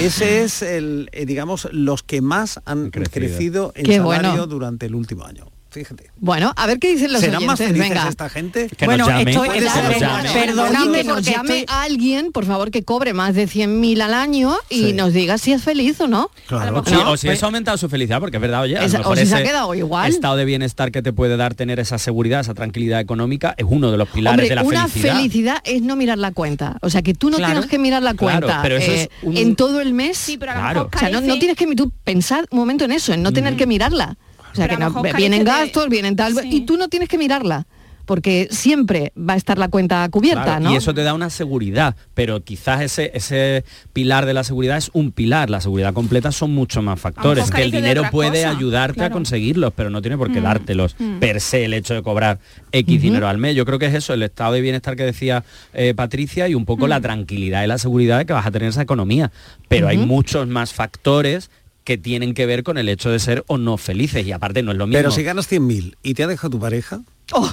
[SPEAKER 5] ese es el, eh, digamos, los que más han crecido, en
[SPEAKER 3] Qué
[SPEAKER 5] salario
[SPEAKER 3] bueno.
[SPEAKER 5] durante el último año. Fíjate.
[SPEAKER 3] Bueno, a ver qué dicen los
[SPEAKER 5] ¿Serán más
[SPEAKER 3] oyentes,
[SPEAKER 5] felices
[SPEAKER 3] venga.
[SPEAKER 5] esta gente?
[SPEAKER 4] Que nos Bueno, llamen, estoy-
[SPEAKER 5] Puede ser,
[SPEAKER 4] claro,
[SPEAKER 5] ¿no?
[SPEAKER 3] Perdonadme, que nos
[SPEAKER 7] porque
[SPEAKER 3] llame
[SPEAKER 7] estoy-
[SPEAKER 3] a alguien, por favor, que cobre más de 100.000 al año y
[SPEAKER 4] Sí.
[SPEAKER 3] nos diga si es feliz o no.
[SPEAKER 4] Claro, sí,
[SPEAKER 3] ¿No?
[SPEAKER 4] o si
[SPEAKER 3] Pues-
[SPEAKER 4] eso ha aumentado su felicidad, porque es verdad, oye, a lo
[SPEAKER 3] Esa- o
[SPEAKER 4] mejor
[SPEAKER 3] si se ha
[SPEAKER 4] ese
[SPEAKER 3] quedado igual.
[SPEAKER 4] estado de bienestar que te puede dar tener esa seguridad, esa tranquilidad económica, es uno de los pilares
[SPEAKER 3] Hombre,
[SPEAKER 4] de la
[SPEAKER 3] una
[SPEAKER 4] felicidad.
[SPEAKER 3] felicidad. es no mirar la cuenta. O sea, que tú no
[SPEAKER 4] Claro.
[SPEAKER 3] tengas que mirar la
[SPEAKER 4] Claro,
[SPEAKER 3] cuenta eh,
[SPEAKER 4] pero eso es un-
[SPEAKER 3] en todo el mes. Sí,
[SPEAKER 8] pero
[SPEAKER 4] a lo Claro. Mm. mejor
[SPEAKER 3] o sea, no, no
[SPEAKER 8] carece-
[SPEAKER 3] tienes que mi- tú pensar un momento en eso, en no tener que mirarla. O sea,
[SPEAKER 8] Pero
[SPEAKER 3] que
[SPEAKER 8] a lo
[SPEAKER 3] no-
[SPEAKER 8] mejor
[SPEAKER 3] vienen
[SPEAKER 8] carece de-
[SPEAKER 3] gastos, vienen tal, y tú no tienes que mirarla, porque siempre va a estar la cuenta cubierta,
[SPEAKER 4] Claro,
[SPEAKER 3] ¿no?
[SPEAKER 4] Y eso te da una seguridad, pero quizás ese, ese pilar de la seguridad es un pilar. La seguridad completa son muchos más factores.
[SPEAKER 12] mejor
[SPEAKER 4] Que el
[SPEAKER 12] carece de
[SPEAKER 4] dinero
[SPEAKER 12] otra
[SPEAKER 4] puede
[SPEAKER 12] cosa,
[SPEAKER 4] ayudarte
[SPEAKER 12] claro.
[SPEAKER 4] a conseguirlos, pero no tiene por qué
[SPEAKER 12] Mm,
[SPEAKER 4] dártelos.
[SPEAKER 12] mm.
[SPEAKER 4] Per se el hecho de cobrar X dinero al mes. Yo creo que es eso, el estado de bienestar que decía eh, Patricia y un poco la tranquilidad y la seguridad de que vas a tener esa economía. Pero hay muchos más factores que tienen que ver con el hecho de ser o no felices. Y aparte no es lo mismo.
[SPEAKER 5] Pero si ganas 100.000 y te ha dejado tu pareja,
[SPEAKER 13] Oh,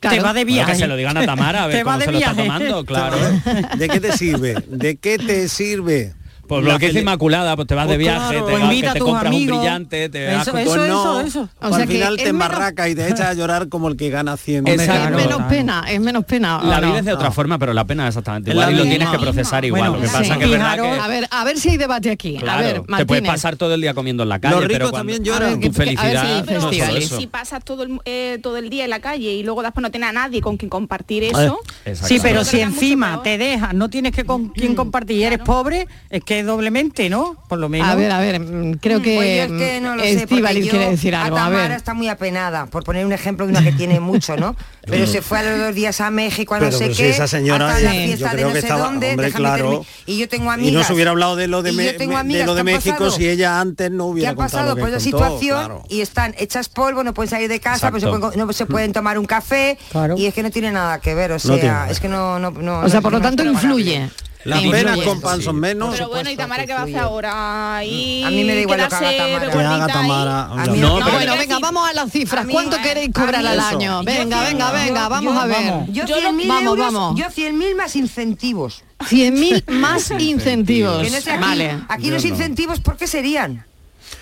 [SPEAKER 4] Te va de Bueno, que viaje. se lo digan a Tamara, a ver
[SPEAKER 5] Te va
[SPEAKER 4] cómo
[SPEAKER 5] de
[SPEAKER 4] se lo está
[SPEAKER 5] viaje.
[SPEAKER 4] tomando, claro.
[SPEAKER 5] ¿De qué te sirve? ¿De qué te sirve?
[SPEAKER 4] Pues lo que dice Inmaculada, pues te vas de viaje, te vas- que te compras un brillante, te vas con-
[SPEAKER 5] Pues no,
[SPEAKER 3] O sea
[SPEAKER 5] al
[SPEAKER 3] que
[SPEAKER 5] final
[SPEAKER 3] es
[SPEAKER 5] te
[SPEAKER 3] menos-
[SPEAKER 5] embarraca y te echas a llorar como el que gana 100.
[SPEAKER 3] Es menos pena, es menos pena. ¿o
[SPEAKER 4] La
[SPEAKER 3] Ah, no?
[SPEAKER 4] vida es de otra forma, pero la pena es exactamente igual y lo tienes que procesar igual. lo que pasa
[SPEAKER 3] Sí.
[SPEAKER 4] que es verdad que
[SPEAKER 3] A ver, a ver si hay debate aquí. a
[SPEAKER 4] claro,
[SPEAKER 3] ver,
[SPEAKER 4] te puedes
[SPEAKER 3] Martínez.
[SPEAKER 4] pasar todo el día comiendo en la calle,
[SPEAKER 5] Los ricos
[SPEAKER 4] pero cuando, Ah,
[SPEAKER 5] también
[SPEAKER 3] lloran.
[SPEAKER 4] tu
[SPEAKER 3] A ver si
[SPEAKER 4] felicidad
[SPEAKER 3] dices,
[SPEAKER 4] no es solo
[SPEAKER 3] Estivali,
[SPEAKER 4] eso.
[SPEAKER 8] si pasas todo el, eh, todo el día en la calle y luego después no tienes a nadie con quien compartir
[SPEAKER 4] Ah,
[SPEAKER 8] eso.
[SPEAKER 4] exacto.
[SPEAKER 7] Sí, pero
[SPEAKER 8] Yo creo
[SPEAKER 7] si
[SPEAKER 8] que es mucho
[SPEAKER 7] encima te dejas, no tienes que con quién compartir y eres pobre, es que que doblemente, ¿no? Por lo menos.
[SPEAKER 3] A ver, a ver, mm, creo que,
[SPEAKER 6] Pues yo es que no lo sé, porque
[SPEAKER 3] Estíbaliz
[SPEAKER 6] yo-
[SPEAKER 3] quiere decir algo. A
[SPEAKER 6] Tamara
[SPEAKER 3] ver.
[SPEAKER 6] está muy apenada, por poner un ejemplo de una que tiene mucho, ¿no? Pero
[SPEAKER 3] Mm.
[SPEAKER 6] se fue a los dos días a México, a
[SPEAKER 5] Pero,
[SPEAKER 6] no sé
[SPEAKER 5] pero si
[SPEAKER 6] qué.
[SPEAKER 5] esa señora,
[SPEAKER 6] hasta la
[SPEAKER 5] eh, yo
[SPEAKER 6] fiesta de
[SPEAKER 5] creo
[SPEAKER 6] no
[SPEAKER 5] que
[SPEAKER 6] sé
[SPEAKER 5] estaba-
[SPEAKER 6] dónde,
[SPEAKER 5] hombre,
[SPEAKER 6] déjame
[SPEAKER 5] claro.
[SPEAKER 6] terminar. Y yo tengo
[SPEAKER 5] Y
[SPEAKER 6] amigas.
[SPEAKER 5] no se hubiera hablado de lo de,
[SPEAKER 6] Y
[SPEAKER 5] Me-
[SPEAKER 6] yo tengo
[SPEAKER 5] Me- de,
[SPEAKER 6] amigas
[SPEAKER 5] lo de
[SPEAKER 6] que han
[SPEAKER 5] México
[SPEAKER 6] pasado-
[SPEAKER 5] si ella antes no
[SPEAKER 6] que
[SPEAKER 5] hubiera
[SPEAKER 6] han
[SPEAKER 5] contado
[SPEAKER 6] pasado
[SPEAKER 5] lo que
[SPEAKER 6] por esa
[SPEAKER 5] contó,
[SPEAKER 6] situación
[SPEAKER 5] claro.
[SPEAKER 6] y están hechas polvo, no pueden salir de casa, pues se,
[SPEAKER 5] Exacto.
[SPEAKER 6] pueden, co- no se pueden tomar un café y es que no tiene nada que ver, o sea,
[SPEAKER 5] tiene nada
[SPEAKER 6] es que no, no, no
[SPEAKER 3] O sea,
[SPEAKER 6] no-
[SPEAKER 3] por lo
[SPEAKER 6] no
[SPEAKER 3] tanto eh,
[SPEAKER 6] es
[SPEAKER 3] influye.
[SPEAKER 5] Las
[SPEAKER 3] Sí,
[SPEAKER 5] penas
[SPEAKER 3] influye.
[SPEAKER 5] con pan son menos.
[SPEAKER 8] Pero bueno, ¿y Tamara qué va a hacer ahora? Y
[SPEAKER 6] Mm, A mí me da igual lo que haga
[SPEAKER 8] quedarse
[SPEAKER 6] Tamara.
[SPEAKER 8] de
[SPEAKER 5] Que haga
[SPEAKER 8] gordita ahí.
[SPEAKER 5] Tamara.
[SPEAKER 3] A mí-
[SPEAKER 5] No,
[SPEAKER 3] no,
[SPEAKER 5] pero-
[SPEAKER 3] bueno, venga, vamos a las cifras.
[SPEAKER 6] eh,
[SPEAKER 3] ¿Cuánto queréis cobrar al año? Venga, venga, venga, vamos a ver.
[SPEAKER 6] Yo 100.000
[SPEAKER 3] vamos,
[SPEAKER 6] euros,
[SPEAKER 3] vamos.
[SPEAKER 6] yo 100.000 más incentivos.
[SPEAKER 3] 100.000 más incentivos.
[SPEAKER 6] Que no sé aquí,
[SPEAKER 3] Vale.
[SPEAKER 6] aquí
[SPEAKER 3] Yo
[SPEAKER 6] los
[SPEAKER 3] no.
[SPEAKER 6] incentivos, ¿por qué serían?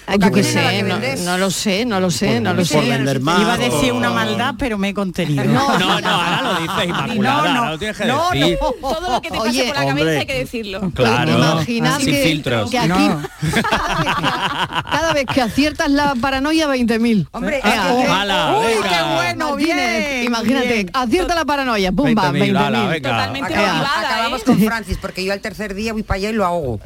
[SPEAKER 3] Ay, yo qué
[SPEAKER 6] no tiene nada
[SPEAKER 3] sé,
[SPEAKER 6] que
[SPEAKER 3] no,
[SPEAKER 6] vender.
[SPEAKER 3] no lo sé, no lo sé, no lo sé.
[SPEAKER 5] Por vender más,
[SPEAKER 7] Iba a decir
[SPEAKER 5] por-
[SPEAKER 7] una maldad, pero me he contenido.
[SPEAKER 4] No, no, ahora lo dices, Inmaculada,
[SPEAKER 7] No, no,
[SPEAKER 4] ahora lo tienes que
[SPEAKER 7] no,
[SPEAKER 4] decir.
[SPEAKER 7] no.
[SPEAKER 8] Todo lo que te
[SPEAKER 3] Oye,
[SPEAKER 8] pase por la
[SPEAKER 4] hombre.
[SPEAKER 8] cabeza hay que decirlo.
[SPEAKER 4] Claro,
[SPEAKER 3] Imaginad
[SPEAKER 4] sin
[SPEAKER 3] Pues que-
[SPEAKER 4] filtros.
[SPEAKER 3] que aquí- No. Cada vez que aciertas la paranoia, Eh, 20.000.
[SPEAKER 6] Hombre,
[SPEAKER 13] Ah,
[SPEAKER 3] Venga,
[SPEAKER 4] es que- Ojalá,
[SPEAKER 3] uy,
[SPEAKER 4] venga.
[SPEAKER 3] qué bueno, bien. Imagínate, acierta la paranoia, pumba,
[SPEAKER 4] 20.000,
[SPEAKER 3] 20.000.
[SPEAKER 4] ala, venga.
[SPEAKER 8] Totalmente
[SPEAKER 3] Acá.
[SPEAKER 8] motivada, ¿eh?
[SPEAKER 6] Acabamos con Francis, porque yo al tercer día voy para allá y lo ahogo.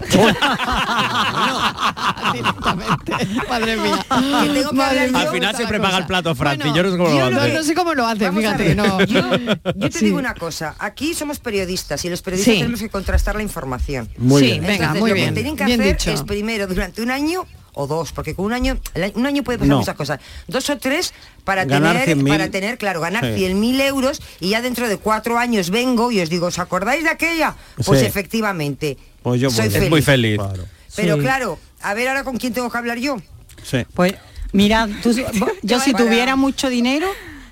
[SPEAKER 3] Madre mía.
[SPEAKER 6] Que tengo que
[SPEAKER 3] Madre
[SPEAKER 6] hablar
[SPEAKER 3] mía.
[SPEAKER 4] Al final siempre paga el plato, Franci.
[SPEAKER 3] Bueno,
[SPEAKER 4] yo no sé cómo lo
[SPEAKER 3] no,
[SPEAKER 4] hace.
[SPEAKER 3] no sé cómo lo hace,
[SPEAKER 6] Vamos a
[SPEAKER 3] fíjate.
[SPEAKER 6] ver,
[SPEAKER 3] No.
[SPEAKER 6] Yo, yo te
[SPEAKER 3] Sí.
[SPEAKER 6] digo una cosa, aquí somos periodistas y los periodistas
[SPEAKER 3] Sí.
[SPEAKER 6] tenemos que contrastar la información.
[SPEAKER 3] Muy Sí, bien. venga,
[SPEAKER 6] Entonces,
[SPEAKER 3] muy
[SPEAKER 6] lo
[SPEAKER 3] bien,
[SPEAKER 6] que tienen que
[SPEAKER 3] bien
[SPEAKER 6] hacer
[SPEAKER 3] dicho.
[SPEAKER 6] es primero durante un año o dos, porque con un año el a- un año puede pasar
[SPEAKER 5] No.
[SPEAKER 6] muchas cosas. Dos o tres para
[SPEAKER 5] Ganar
[SPEAKER 6] tener
[SPEAKER 5] 100.000.
[SPEAKER 6] para tener claro ganar
[SPEAKER 5] Sí.
[SPEAKER 6] 100.000 euros y ya dentro de cuatro años vengo y os digo, ¿os acordáis de aquella? Pues
[SPEAKER 5] Sí.
[SPEAKER 6] efectivamente.
[SPEAKER 5] Pues yo
[SPEAKER 6] soy
[SPEAKER 5] voy.
[SPEAKER 6] feliz.
[SPEAKER 4] Es muy feliz.
[SPEAKER 6] Pero
[SPEAKER 7] Sí.
[SPEAKER 6] claro, Ah, a ver ahora con quién tengo que hablar yo.
[SPEAKER 5] Sí.
[SPEAKER 7] Pues mira, tú- yo si
[SPEAKER 6] Para-
[SPEAKER 7] tuviera mucho dinero,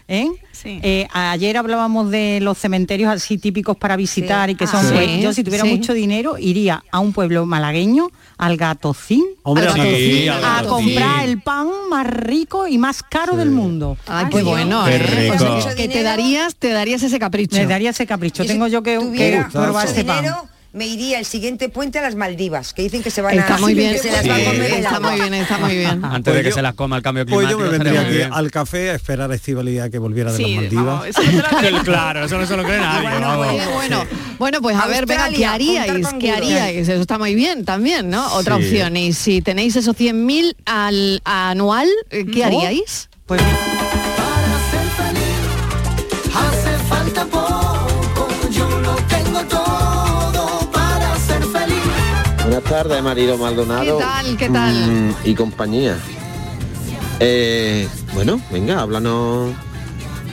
[SPEAKER 7] ¿eh?
[SPEAKER 8] Sí.
[SPEAKER 7] Eh, ayer hablábamos de los cementerios así típicos para visitar
[SPEAKER 6] Sí.
[SPEAKER 7] y que son
[SPEAKER 3] Ah,
[SPEAKER 7] buenos.
[SPEAKER 3] sí,
[SPEAKER 7] Yo si tuviera
[SPEAKER 3] sí.
[SPEAKER 7] mucho dinero iría a un pueblo malagueño, al Gatocín,
[SPEAKER 5] Hombre,
[SPEAKER 3] Al
[SPEAKER 5] sí,
[SPEAKER 3] ratoncín,
[SPEAKER 5] al
[SPEAKER 7] a
[SPEAKER 3] Gatocín.
[SPEAKER 7] comprar el pan más rico y más caro del mundo.
[SPEAKER 3] Ay, Ah, qué bueno,
[SPEAKER 5] Qué
[SPEAKER 3] ¿eh?
[SPEAKER 5] rico.
[SPEAKER 3] Pues es Que te darías, te darías ese capricho.
[SPEAKER 7] Me daría ese capricho.
[SPEAKER 6] Yo si
[SPEAKER 7] Tengo yo que, que
[SPEAKER 6] tuviera
[SPEAKER 5] gustazo.
[SPEAKER 7] probar
[SPEAKER 6] mucho
[SPEAKER 7] ese pan.
[SPEAKER 6] dinero, este me iría el siguiente puente a las Maldivas, que dicen que se van
[SPEAKER 3] Está
[SPEAKER 6] a
[SPEAKER 3] muy bien,
[SPEAKER 6] que se las va a
[SPEAKER 4] Sí.
[SPEAKER 6] comer el
[SPEAKER 3] está
[SPEAKER 6] agua.
[SPEAKER 3] muy bien, está muy bien.
[SPEAKER 4] Antes de
[SPEAKER 5] Pues
[SPEAKER 4] que
[SPEAKER 5] yo-
[SPEAKER 4] se las coma el cambio
[SPEAKER 5] Pues
[SPEAKER 4] climático.
[SPEAKER 5] yo me vendría
[SPEAKER 4] estaría muy
[SPEAKER 5] aquí
[SPEAKER 4] bien.
[SPEAKER 5] al café a esperar a Estivalidad que volviera de
[SPEAKER 8] Sí,
[SPEAKER 5] las Maldivas.
[SPEAKER 8] vamos, eso no te lo creo.
[SPEAKER 4] Claro, eso no se lo cree nadie.
[SPEAKER 6] Bueno,
[SPEAKER 4] vamos.
[SPEAKER 3] Qué bueno, bueno, pues a ver, venga, ¿qué
[SPEAKER 6] Australia,
[SPEAKER 3] haríais?
[SPEAKER 6] apuntar con
[SPEAKER 3] ¿Qué
[SPEAKER 6] Guido.
[SPEAKER 3] haríais? Eso está muy bien también, ¿no? Otra
[SPEAKER 4] Sí.
[SPEAKER 3] opción. Y si tenéis esos 100.000 al anual, eh, ¿qué
[SPEAKER 7] Oh.
[SPEAKER 3] haríais?
[SPEAKER 7] Pues
[SPEAKER 1] Para ser feliz hace falta poco. Yo lo tengo todo para ser feliz.
[SPEAKER 10] Buenas tardes, Marilo Maldonado.
[SPEAKER 3] ¿Qué tal? ¿Qué tal?
[SPEAKER 10] Mm, y compañía. Eh, bueno, venga, háblanos.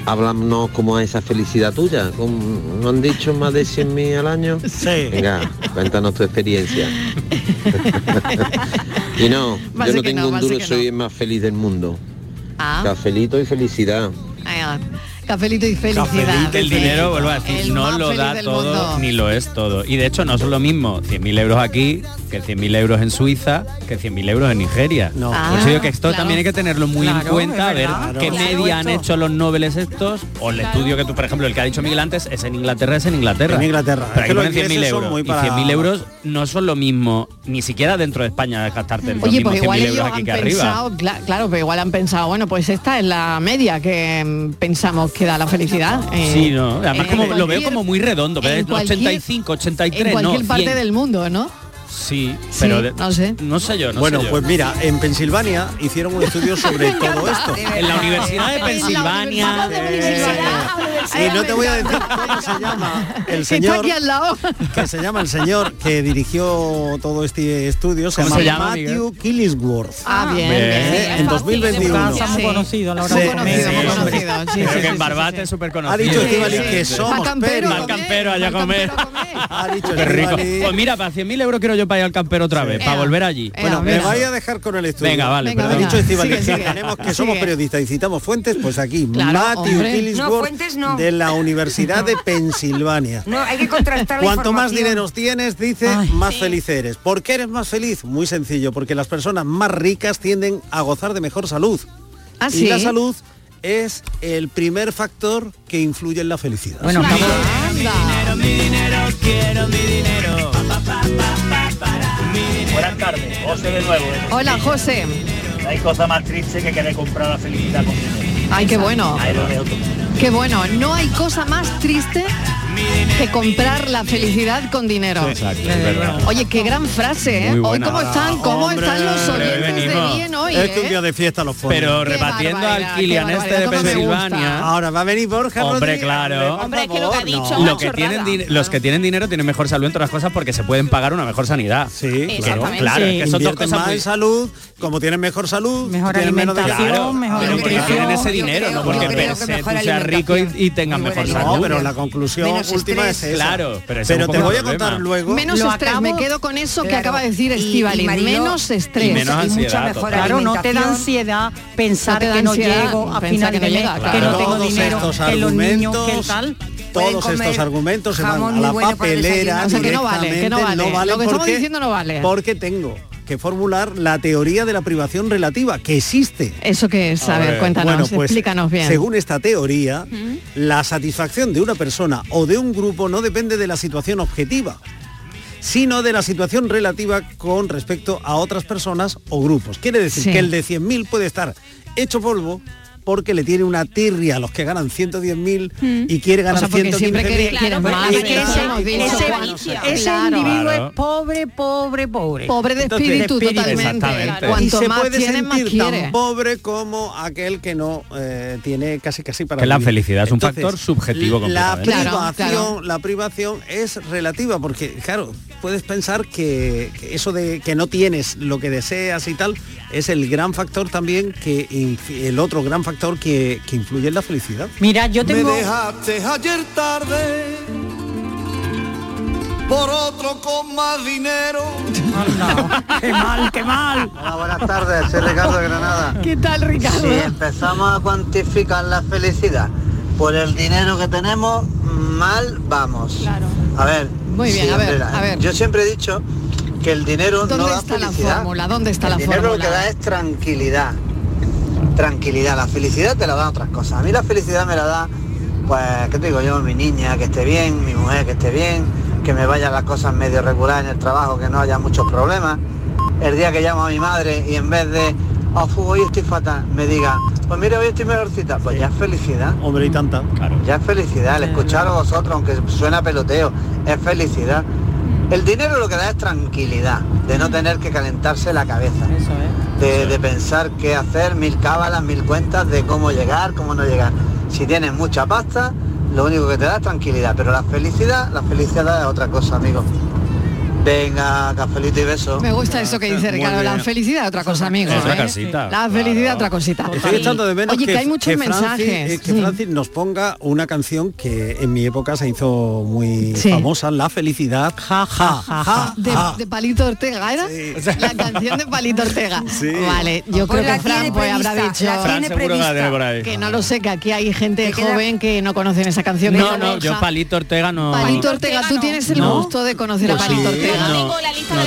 [SPEAKER 10] Háblanos cómo es esa felicidad tuya. ¿Cómo- ¿No han dicho más de 100.000 al año?
[SPEAKER 5] Sí.
[SPEAKER 10] Venga, cuéntanos tu experiencia. y no,
[SPEAKER 3] Va a
[SPEAKER 10] yo
[SPEAKER 3] ser
[SPEAKER 10] no
[SPEAKER 3] que
[SPEAKER 10] tengo
[SPEAKER 3] no, va
[SPEAKER 10] un
[SPEAKER 3] a ser
[SPEAKER 10] duro,
[SPEAKER 3] que
[SPEAKER 10] soy
[SPEAKER 3] no.
[SPEAKER 10] el más feliz del mundo.
[SPEAKER 3] Ah,
[SPEAKER 10] Cafelito y felicidad.
[SPEAKER 3] ah, cafelito y felicidad.
[SPEAKER 4] Que el
[SPEAKER 3] Sí.
[SPEAKER 4] dinero, vuelvo a decir,
[SPEAKER 3] El
[SPEAKER 4] no
[SPEAKER 3] más
[SPEAKER 4] lo
[SPEAKER 3] feliz
[SPEAKER 4] da
[SPEAKER 3] del
[SPEAKER 4] todo
[SPEAKER 3] mundo.
[SPEAKER 4] ni lo es todo. Y de hecho no son lo mismo 100.000 euros aquí que 100.000 euros en Suiza que 100.000 euros en Nigeria.
[SPEAKER 5] No.
[SPEAKER 3] Ah,
[SPEAKER 4] Por eso digo que esto
[SPEAKER 3] claro.
[SPEAKER 4] también hay que tenerlo muy en
[SPEAKER 7] Claro,
[SPEAKER 4] cuenta, a
[SPEAKER 7] es
[SPEAKER 4] ver
[SPEAKER 7] verdad.
[SPEAKER 4] qué
[SPEAKER 7] Claro.
[SPEAKER 4] media han hecho los nobles estos o el estudio que tú, por ejemplo, el que ha dicho Miguel antes es en Inglaterra, es en Inglaterra.
[SPEAKER 5] En Inglaterra.
[SPEAKER 4] Pero
[SPEAKER 5] Es
[SPEAKER 4] aquí
[SPEAKER 5] que los
[SPEAKER 4] ponen 100.000
[SPEAKER 5] ingleses son
[SPEAKER 4] euros.
[SPEAKER 5] muy
[SPEAKER 4] Y
[SPEAKER 5] para-
[SPEAKER 4] 100.000 euros no son lo mismo, ni siquiera dentro de España gastarte los
[SPEAKER 3] Oye,
[SPEAKER 4] mismos
[SPEAKER 3] pues
[SPEAKER 4] 100.000
[SPEAKER 3] igual ellos
[SPEAKER 4] euros aquí
[SPEAKER 3] han
[SPEAKER 4] que arriba.
[SPEAKER 3] pensado, cla- claro, pero igual han pensado, bueno, pues esta es la media que mm, pensamos que da la felicidad. eh,
[SPEAKER 4] Sí, no, además
[SPEAKER 3] en
[SPEAKER 4] como, lo veo
[SPEAKER 3] cualquier-
[SPEAKER 4] como muy redondo,
[SPEAKER 3] en
[SPEAKER 4] ¿ves?
[SPEAKER 3] cualquier-
[SPEAKER 4] 85, 83,
[SPEAKER 3] En cualquier
[SPEAKER 4] no,
[SPEAKER 3] parte
[SPEAKER 4] 100.
[SPEAKER 3] del mundo, ¿no?
[SPEAKER 4] Sí,
[SPEAKER 3] Sí,
[SPEAKER 4] pero de-
[SPEAKER 3] no sé.
[SPEAKER 4] No sé yo, no
[SPEAKER 5] bueno,
[SPEAKER 4] sé yo.
[SPEAKER 5] pues mira, en Pensilvania hicieron un estudio sobre todo esto.
[SPEAKER 6] De
[SPEAKER 4] en la
[SPEAKER 6] verdad.
[SPEAKER 4] Universidad de
[SPEAKER 3] En la
[SPEAKER 4] Pensilvania. eh,
[SPEAKER 3] Universidad de Pensilvania.
[SPEAKER 5] Y no te voy a decir cómo se llama el
[SPEAKER 3] Que Está
[SPEAKER 5] señor
[SPEAKER 3] aquí al lado.
[SPEAKER 5] que se llama el señor que dirigió todo este estudio se
[SPEAKER 4] ¿Cómo
[SPEAKER 5] llama,
[SPEAKER 4] se llama,
[SPEAKER 5] Matthew Killingsworth.
[SPEAKER 3] Ah, bien,
[SPEAKER 4] bien,
[SPEAKER 3] bien,
[SPEAKER 5] ¿eh?
[SPEAKER 3] bien.
[SPEAKER 5] En
[SPEAKER 7] ah,
[SPEAKER 5] 2021.
[SPEAKER 7] somos
[SPEAKER 3] Sí.
[SPEAKER 7] conocidos, la
[SPEAKER 3] Son
[SPEAKER 5] Sí,
[SPEAKER 7] verdad.
[SPEAKER 3] conocidos,
[SPEAKER 4] sí,
[SPEAKER 3] son
[SPEAKER 4] hombre.
[SPEAKER 3] conocidos, sí, sí,
[SPEAKER 4] Creo
[SPEAKER 3] sí,
[SPEAKER 4] que
[SPEAKER 3] sí,
[SPEAKER 4] en Barbate
[SPEAKER 3] sí,
[SPEAKER 4] es
[SPEAKER 3] sí.
[SPEAKER 4] súper
[SPEAKER 5] Ha
[SPEAKER 4] conocido.
[SPEAKER 5] dicho Estíbaliz que
[SPEAKER 3] sí.
[SPEAKER 5] somos
[SPEAKER 3] Mal campero,
[SPEAKER 5] perros.
[SPEAKER 4] Al campero allá a comer.
[SPEAKER 5] Ha dicho
[SPEAKER 4] Qué rico.
[SPEAKER 5] Estíbaliz.
[SPEAKER 4] Pues mira, para 100.000 euros quiero yo para ir al campero otra vez,
[SPEAKER 3] Sí.
[SPEAKER 4] para
[SPEAKER 3] Ea.
[SPEAKER 4] volver allí.
[SPEAKER 3] Ea.
[SPEAKER 5] Bueno, Ah, me
[SPEAKER 3] mira.
[SPEAKER 5] vais a dejar con el estudio.
[SPEAKER 4] Venga, vale,
[SPEAKER 3] Venga,
[SPEAKER 5] Ha
[SPEAKER 4] perdón.
[SPEAKER 3] venga.
[SPEAKER 5] dicho Estíbaliz
[SPEAKER 3] Sigue,
[SPEAKER 5] que
[SPEAKER 3] sigue.
[SPEAKER 5] tenemos que
[SPEAKER 3] Sigue.
[SPEAKER 5] somos periodistas y citamos fuentes, pues aquí,
[SPEAKER 3] Claro,
[SPEAKER 5] Matthew
[SPEAKER 3] hombre.
[SPEAKER 5] Killingsworth
[SPEAKER 6] No, fuentes no.
[SPEAKER 5] de la Universidad de Pensilvania.
[SPEAKER 6] No, hay que contrastar la
[SPEAKER 5] Cuanto más
[SPEAKER 6] información.
[SPEAKER 5] dinero tienes, dice,
[SPEAKER 7] Ay.
[SPEAKER 5] más feliz eres. ¿Por qué eres más feliz? Muy sencillo, porque las personas más ricas tienden a gozar de mejor salud.
[SPEAKER 3] Ah,
[SPEAKER 5] Y
[SPEAKER 3] ¿sí?
[SPEAKER 5] la salud es el primer factor que influye en la felicidad.
[SPEAKER 7] Bueno, estamos-
[SPEAKER 3] Anda.
[SPEAKER 11] Buenas tardes, José de nuevo. ¿eh?
[SPEAKER 3] Hola, José.
[SPEAKER 11] Hay cosa más triste que querer comprar la felicidad con dinero.
[SPEAKER 3] Ay, qué bueno.
[SPEAKER 11] Ahí lo dejo todo.
[SPEAKER 3] Qué bueno. No hay cosa más triste que comprar la felicidad con dinero.
[SPEAKER 4] Exacto, es verdad.
[SPEAKER 3] Oye, qué gran frase, ¿eh? Hoy
[SPEAKER 4] Muy buena.
[SPEAKER 3] cómo están, cómo
[SPEAKER 4] Hombre,
[SPEAKER 3] están los oyentes de
[SPEAKER 4] Eh, venimos.
[SPEAKER 3] bien hoy,
[SPEAKER 5] es que un
[SPEAKER 3] ¿eh?
[SPEAKER 5] día de fiesta los ponen.
[SPEAKER 4] Pero Qué rebatiendo al barbaridad, qué Kylian este de barbaridad, cómo me Pensilvania. gusta.
[SPEAKER 5] Ahora va a venir Borja
[SPEAKER 4] Hombre,
[SPEAKER 5] Rodríguez,
[SPEAKER 4] claro.
[SPEAKER 5] por
[SPEAKER 4] Hombre,
[SPEAKER 8] es que lo que ha
[SPEAKER 5] favor,
[SPEAKER 8] dicho
[SPEAKER 5] no.
[SPEAKER 4] Lo que tienen din- los que tienen dinero tienen mejor salud entre las cosas porque se pueden pagar una mejor sanidad.
[SPEAKER 5] Sí,
[SPEAKER 4] claro, claro, es que son dos
[SPEAKER 5] Invierten
[SPEAKER 4] cosas
[SPEAKER 5] más
[SPEAKER 4] muy-
[SPEAKER 5] en salud, como tienen mejor salud,
[SPEAKER 7] Mejor
[SPEAKER 5] tienen menos
[SPEAKER 7] alimentación,
[SPEAKER 5] desgaste.
[SPEAKER 7] mejor
[SPEAKER 4] Pero porque
[SPEAKER 7] nutrición.
[SPEAKER 4] tienen ese
[SPEAKER 7] Yo
[SPEAKER 4] dinero,
[SPEAKER 7] creo-
[SPEAKER 4] no porque
[SPEAKER 7] yo creo que
[SPEAKER 4] per se
[SPEAKER 7] mejor
[SPEAKER 4] tú seas rico y, y tengas mejor salud.
[SPEAKER 5] No, pero la conclusión
[SPEAKER 4] Menos
[SPEAKER 5] última
[SPEAKER 4] estrés.
[SPEAKER 5] es esa.
[SPEAKER 4] Claro, pero ese es
[SPEAKER 5] pero
[SPEAKER 4] un
[SPEAKER 5] te
[SPEAKER 4] poco
[SPEAKER 5] voy a
[SPEAKER 4] el problema.
[SPEAKER 5] contar luego.
[SPEAKER 3] Menos
[SPEAKER 7] Lo
[SPEAKER 3] estrés,
[SPEAKER 7] acaba-
[SPEAKER 3] me quedo con eso que
[SPEAKER 7] Claro.
[SPEAKER 3] acaba de decir
[SPEAKER 7] Y- y
[SPEAKER 3] Estivali.
[SPEAKER 7] Mariló-
[SPEAKER 3] Menos estrés.
[SPEAKER 4] Y menos ansiedad, total.
[SPEAKER 7] Claro, no te da ansiedad pensar
[SPEAKER 3] No te da
[SPEAKER 7] que
[SPEAKER 3] ansiedad
[SPEAKER 7] no llego a
[SPEAKER 3] pensar
[SPEAKER 7] final
[SPEAKER 3] que no
[SPEAKER 7] de mes,
[SPEAKER 3] llega,
[SPEAKER 7] que
[SPEAKER 3] claro.
[SPEAKER 7] no tengo
[SPEAKER 5] Todos
[SPEAKER 7] dinero,
[SPEAKER 5] estos
[SPEAKER 7] que los niños, que
[SPEAKER 5] argumentos-
[SPEAKER 7] tal.
[SPEAKER 5] Pueden Todos estos argumentos se van
[SPEAKER 7] jamón
[SPEAKER 5] a
[SPEAKER 7] muy
[SPEAKER 5] la
[SPEAKER 7] bueno para el
[SPEAKER 5] papelera
[SPEAKER 7] desayuno. O sea,
[SPEAKER 3] que no vale, que no
[SPEAKER 5] directamente,
[SPEAKER 3] vale. Lo que estamos
[SPEAKER 5] porque-
[SPEAKER 3] diciendo no vale.
[SPEAKER 5] Porque tengo que formular la teoría de la privación relativa, que existe.
[SPEAKER 3] Eso que es, a, ver, cuéntanos,
[SPEAKER 5] Bueno, pues,
[SPEAKER 3] explícanos bien.
[SPEAKER 5] Según esta teoría, la satisfacción de una persona o de un grupo no depende de la situación objetiva, sino de la situación relativa con respecto a otras personas o grupos. Quiere decir
[SPEAKER 12] Sí.
[SPEAKER 5] que el de 100.000 puede estar hecho polvo porque le tiene una tirria a los que ganan 110.000 y quiere
[SPEAKER 3] O
[SPEAKER 5] ganar
[SPEAKER 3] sea, porque siempre
[SPEAKER 5] 115.000.
[SPEAKER 3] quiere- quieres
[SPEAKER 5] Claro,
[SPEAKER 3] más,
[SPEAKER 5] y
[SPEAKER 3] ¿verdad?
[SPEAKER 5] que
[SPEAKER 3] Eso
[SPEAKER 5] ese-
[SPEAKER 3] hemos dicho,
[SPEAKER 5] ese-
[SPEAKER 3] Juan.
[SPEAKER 7] Ese
[SPEAKER 3] Claro.
[SPEAKER 7] individuo
[SPEAKER 3] Claro.
[SPEAKER 7] es pobre, pobre, pobre.
[SPEAKER 3] Pobre de
[SPEAKER 7] Entonces,
[SPEAKER 3] espíritu, totalmente.
[SPEAKER 4] Exactamente.
[SPEAKER 3] Cuanto
[SPEAKER 5] y se
[SPEAKER 3] más
[SPEAKER 5] puede
[SPEAKER 3] tiene, más
[SPEAKER 5] sentir
[SPEAKER 3] quiere.
[SPEAKER 5] tan pobre como aquel que no eh, tiene casi casi para
[SPEAKER 4] Que la
[SPEAKER 5] vivir.
[SPEAKER 4] felicidad es un factor subjetivo
[SPEAKER 5] la
[SPEAKER 4] completamente.
[SPEAKER 5] privación,
[SPEAKER 4] Claro, claro.
[SPEAKER 5] la privación es relativa porque claro puedes pensar que, que eso de que no tienes lo que deseas y tal es el gran factor también que inf- el otro gran factor que, que influye en la felicidad
[SPEAKER 7] Mira, yo tengo...
[SPEAKER 2] Me dejaste ayer tarde por otro con más dinero.
[SPEAKER 7] ¡Qué mal, qué mal!
[SPEAKER 14] Hola, Ah, buenas tardes, soy Ricardo de Granada.
[SPEAKER 3] ¿Qué tal, Ricardo?
[SPEAKER 14] Si empezamos a cuantificar la felicidad por el dinero que tenemos, mal vamos. A ver,
[SPEAKER 3] Muy bien, a ver,
[SPEAKER 14] hombre,
[SPEAKER 3] a ver.
[SPEAKER 14] yo siempre he dicho que el dinero no
[SPEAKER 3] ¿Dónde
[SPEAKER 14] da
[SPEAKER 3] está la
[SPEAKER 14] felicidad.
[SPEAKER 3] fórmula? ¿Dónde está la
[SPEAKER 14] el dinero lo que da
[SPEAKER 3] fórmula?
[SPEAKER 14] es tranquilidad. Tranquilidad, la felicidad te la dan otras cosas. A mí la felicidad me la da, pues, ¿qué te digo yo? Mi niña que esté bien, mi mujer que esté bien, que me vayan las cosas medio regular en el trabajo, que no haya muchos problemas. El día que llamo a mi madre y en vez de, oh, fu, hoy estoy fatal, me diga, pues mira, hoy estoy mejorcita, pues ya es felicidad.
[SPEAKER 5] hombre y tanta
[SPEAKER 14] Ya es felicidad, el escucharos vosotros, aunque suena peloteo, es felicidad. El dinero lo que da es tranquilidad, de no tener que calentarse la cabeza. De, de pensar qué hacer, mil cábalas, mil cuentas de cómo llegar, cómo no llegar. Si tienes mucha pasta, lo único que te da es tranquilidad. Pero la felicidad, la felicidad es otra cosa, amigo. Venga, cafelito y beso.
[SPEAKER 3] Me gusta eso
[SPEAKER 5] Ah,
[SPEAKER 3] que dice
[SPEAKER 14] Muy
[SPEAKER 3] Ricardo, la
[SPEAKER 14] bien.
[SPEAKER 3] felicidad otra cosa, amigo.
[SPEAKER 14] Es otra
[SPEAKER 3] ¿eh?
[SPEAKER 14] casita,
[SPEAKER 3] La felicidad otra cosita.
[SPEAKER 5] Estoy echando de menos
[SPEAKER 3] Oye, que, hay muchos
[SPEAKER 5] Francis-
[SPEAKER 3] mensajes.
[SPEAKER 5] eh, que Francis nos ponga una canción que en mi época se hizo muy
[SPEAKER 3] Sí.
[SPEAKER 5] famosa, La Felicidad. Ja, ja, ja, ja.
[SPEAKER 3] de, de Palito Ortega, ¿era? La canción de Palito Ortega.
[SPEAKER 5] Sí.
[SPEAKER 3] Vale, yo
[SPEAKER 5] Pues
[SPEAKER 3] creo
[SPEAKER 5] la
[SPEAKER 3] que Fran
[SPEAKER 5] tiene
[SPEAKER 3] pues, habrá
[SPEAKER 5] prevista,
[SPEAKER 3] dicho
[SPEAKER 5] la Fran tiene seguro que la tiene prevista. por ahí.
[SPEAKER 3] que no lo sé, que aquí hay gente
[SPEAKER 7] Te queda-
[SPEAKER 3] joven que no conocen esa canción.
[SPEAKER 4] No,
[SPEAKER 3] que
[SPEAKER 4] no,
[SPEAKER 3] Borja-
[SPEAKER 4] yo Palito Ortega no.
[SPEAKER 3] Palito Ortega, tú tienes el
[SPEAKER 4] No.
[SPEAKER 3] gusto de conocer a Palito Ortega.
[SPEAKER 4] No, no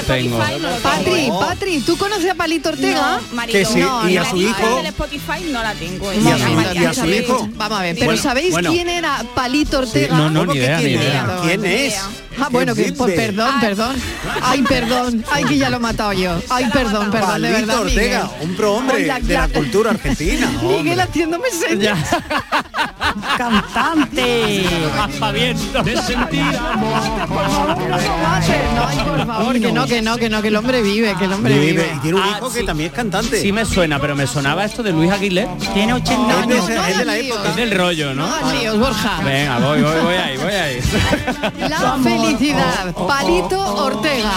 [SPEAKER 4] tengo.
[SPEAKER 3] Patri, Patri, ¿tú conoces a Palito Ortega?
[SPEAKER 8] No, Mariló,
[SPEAKER 5] Que sí,
[SPEAKER 8] no,
[SPEAKER 5] y a
[SPEAKER 8] la
[SPEAKER 5] su
[SPEAKER 8] lista
[SPEAKER 5] hijo.
[SPEAKER 8] del Spotify no la tengo.
[SPEAKER 5] Y a su-
[SPEAKER 8] Esa
[SPEAKER 5] y a su
[SPEAKER 8] Mariló.
[SPEAKER 5] hijo.
[SPEAKER 3] Vamos a ver, pero
[SPEAKER 5] Bueno,
[SPEAKER 3] ¿sabéis
[SPEAKER 5] bueno.
[SPEAKER 3] quién era Palito Ortega?
[SPEAKER 4] no, no, ni idea, ni idea.
[SPEAKER 5] ¿Quién es?
[SPEAKER 3] Ah, bueno, que, pues,
[SPEAKER 5] vive?
[SPEAKER 3] perdón, perdón. Ay, perdón. Ay, que ya lo he matado yo. Ay, perdón, perdón, de
[SPEAKER 5] Palito
[SPEAKER 3] verdad.
[SPEAKER 5] Ortega,
[SPEAKER 3] Miguel.
[SPEAKER 5] un prohombre
[SPEAKER 3] Oiga,
[SPEAKER 5] de la
[SPEAKER 3] ya-
[SPEAKER 5] cultura argentina.
[SPEAKER 3] Miguel haciéndome señas.
[SPEAKER 7] Cantante.
[SPEAKER 4] De sentir
[SPEAKER 3] No, ay, por favor, que no, que no, que no, que el hombre vive, que el hombre
[SPEAKER 4] Vive,
[SPEAKER 3] vive.
[SPEAKER 4] y tiene un
[SPEAKER 3] Ah,
[SPEAKER 4] hijo
[SPEAKER 3] sí.
[SPEAKER 4] que
[SPEAKER 5] también es cantante.
[SPEAKER 4] Sí me suena, pero me sonaba esto de Luis Aguilé.
[SPEAKER 7] Tiene 80
[SPEAKER 4] años. Es,
[SPEAKER 3] no hagas
[SPEAKER 4] es del rollo, ¿no?
[SPEAKER 3] No hagas líos, Borja.
[SPEAKER 4] Venga, voy, voy, voy ahí, voy ahí.
[SPEAKER 3] La felicidad,
[SPEAKER 1] oh,
[SPEAKER 3] Palito Ortega.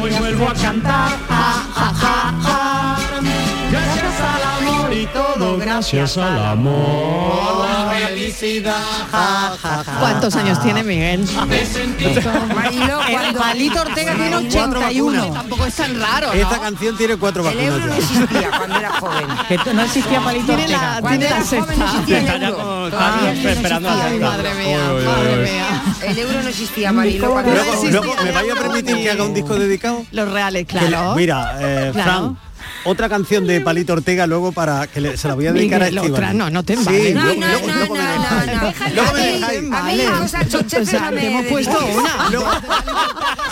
[SPEAKER 1] Hoy vuelvo a cantar, ah, ja, ja, ja, ja. Gracias ah, al amor y todo gracias al amor. La felicidad, ja, ja, ja.
[SPEAKER 3] ¿Cuántos años tiene Miguel?
[SPEAKER 6] Mariló,
[SPEAKER 7] El
[SPEAKER 6] cuando-
[SPEAKER 7] Palito Ortega tiene
[SPEAKER 5] Cuatro
[SPEAKER 7] 81.
[SPEAKER 5] vacunas.
[SPEAKER 3] Tampoco es tan raro,
[SPEAKER 5] Esta
[SPEAKER 3] ¿no?
[SPEAKER 5] canción tiene cuatro vacunas ya.
[SPEAKER 7] Que no existía Palito
[SPEAKER 3] Tiene la,
[SPEAKER 7] Ortega.
[SPEAKER 3] tiene la sexta.
[SPEAKER 4] Está ya como está esperando a
[SPEAKER 3] Ay,
[SPEAKER 4] saltar.
[SPEAKER 3] madre mía,
[SPEAKER 4] Uy, uy, uy,
[SPEAKER 3] madre
[SPEAKER 4] uy.
[SPEAKER 3] mía.
[SPEAKER 6] El euro no existía, Mariló. cuando-
[SPEAKER 5] Luego, luego, ¿me vais a permitir que haga un disco dedicado?
[SPEAKER 3] Los reales,
[SPEAKER 5] Que
[SPEAKER 3] claro.
[SPEAKER 5] le- mira, eh,
[SPEAKER 3] Claro.
[SPEAKER 5] Fran, otra canción de Palito Ortega luego para que le- se la voy a dedicar
[SPEAKER 3] Miguel,
[SPEAKER 5] a Estíbaliz.
[SPEAKER 3] otra, no, no te
[SPEAKER 5] Sí,
[SPEAKER 3] vale.
[SPEAKER 5] luego- luego- luego me la-
[SPEAKER 6] no, no.
[SPEAKER 3] Luego me
[SPEAKER 6] A mí-
[SPEAKER 3] dejáis.
[SPEAKER 6] a mí las cosas
[SPEAKER 3] O
[SPEAKER 6] chochefes
[SPEAKER 3] sea,
[SPEAKER 6] no me-
[SPEAKER 3] te hemos puesto una.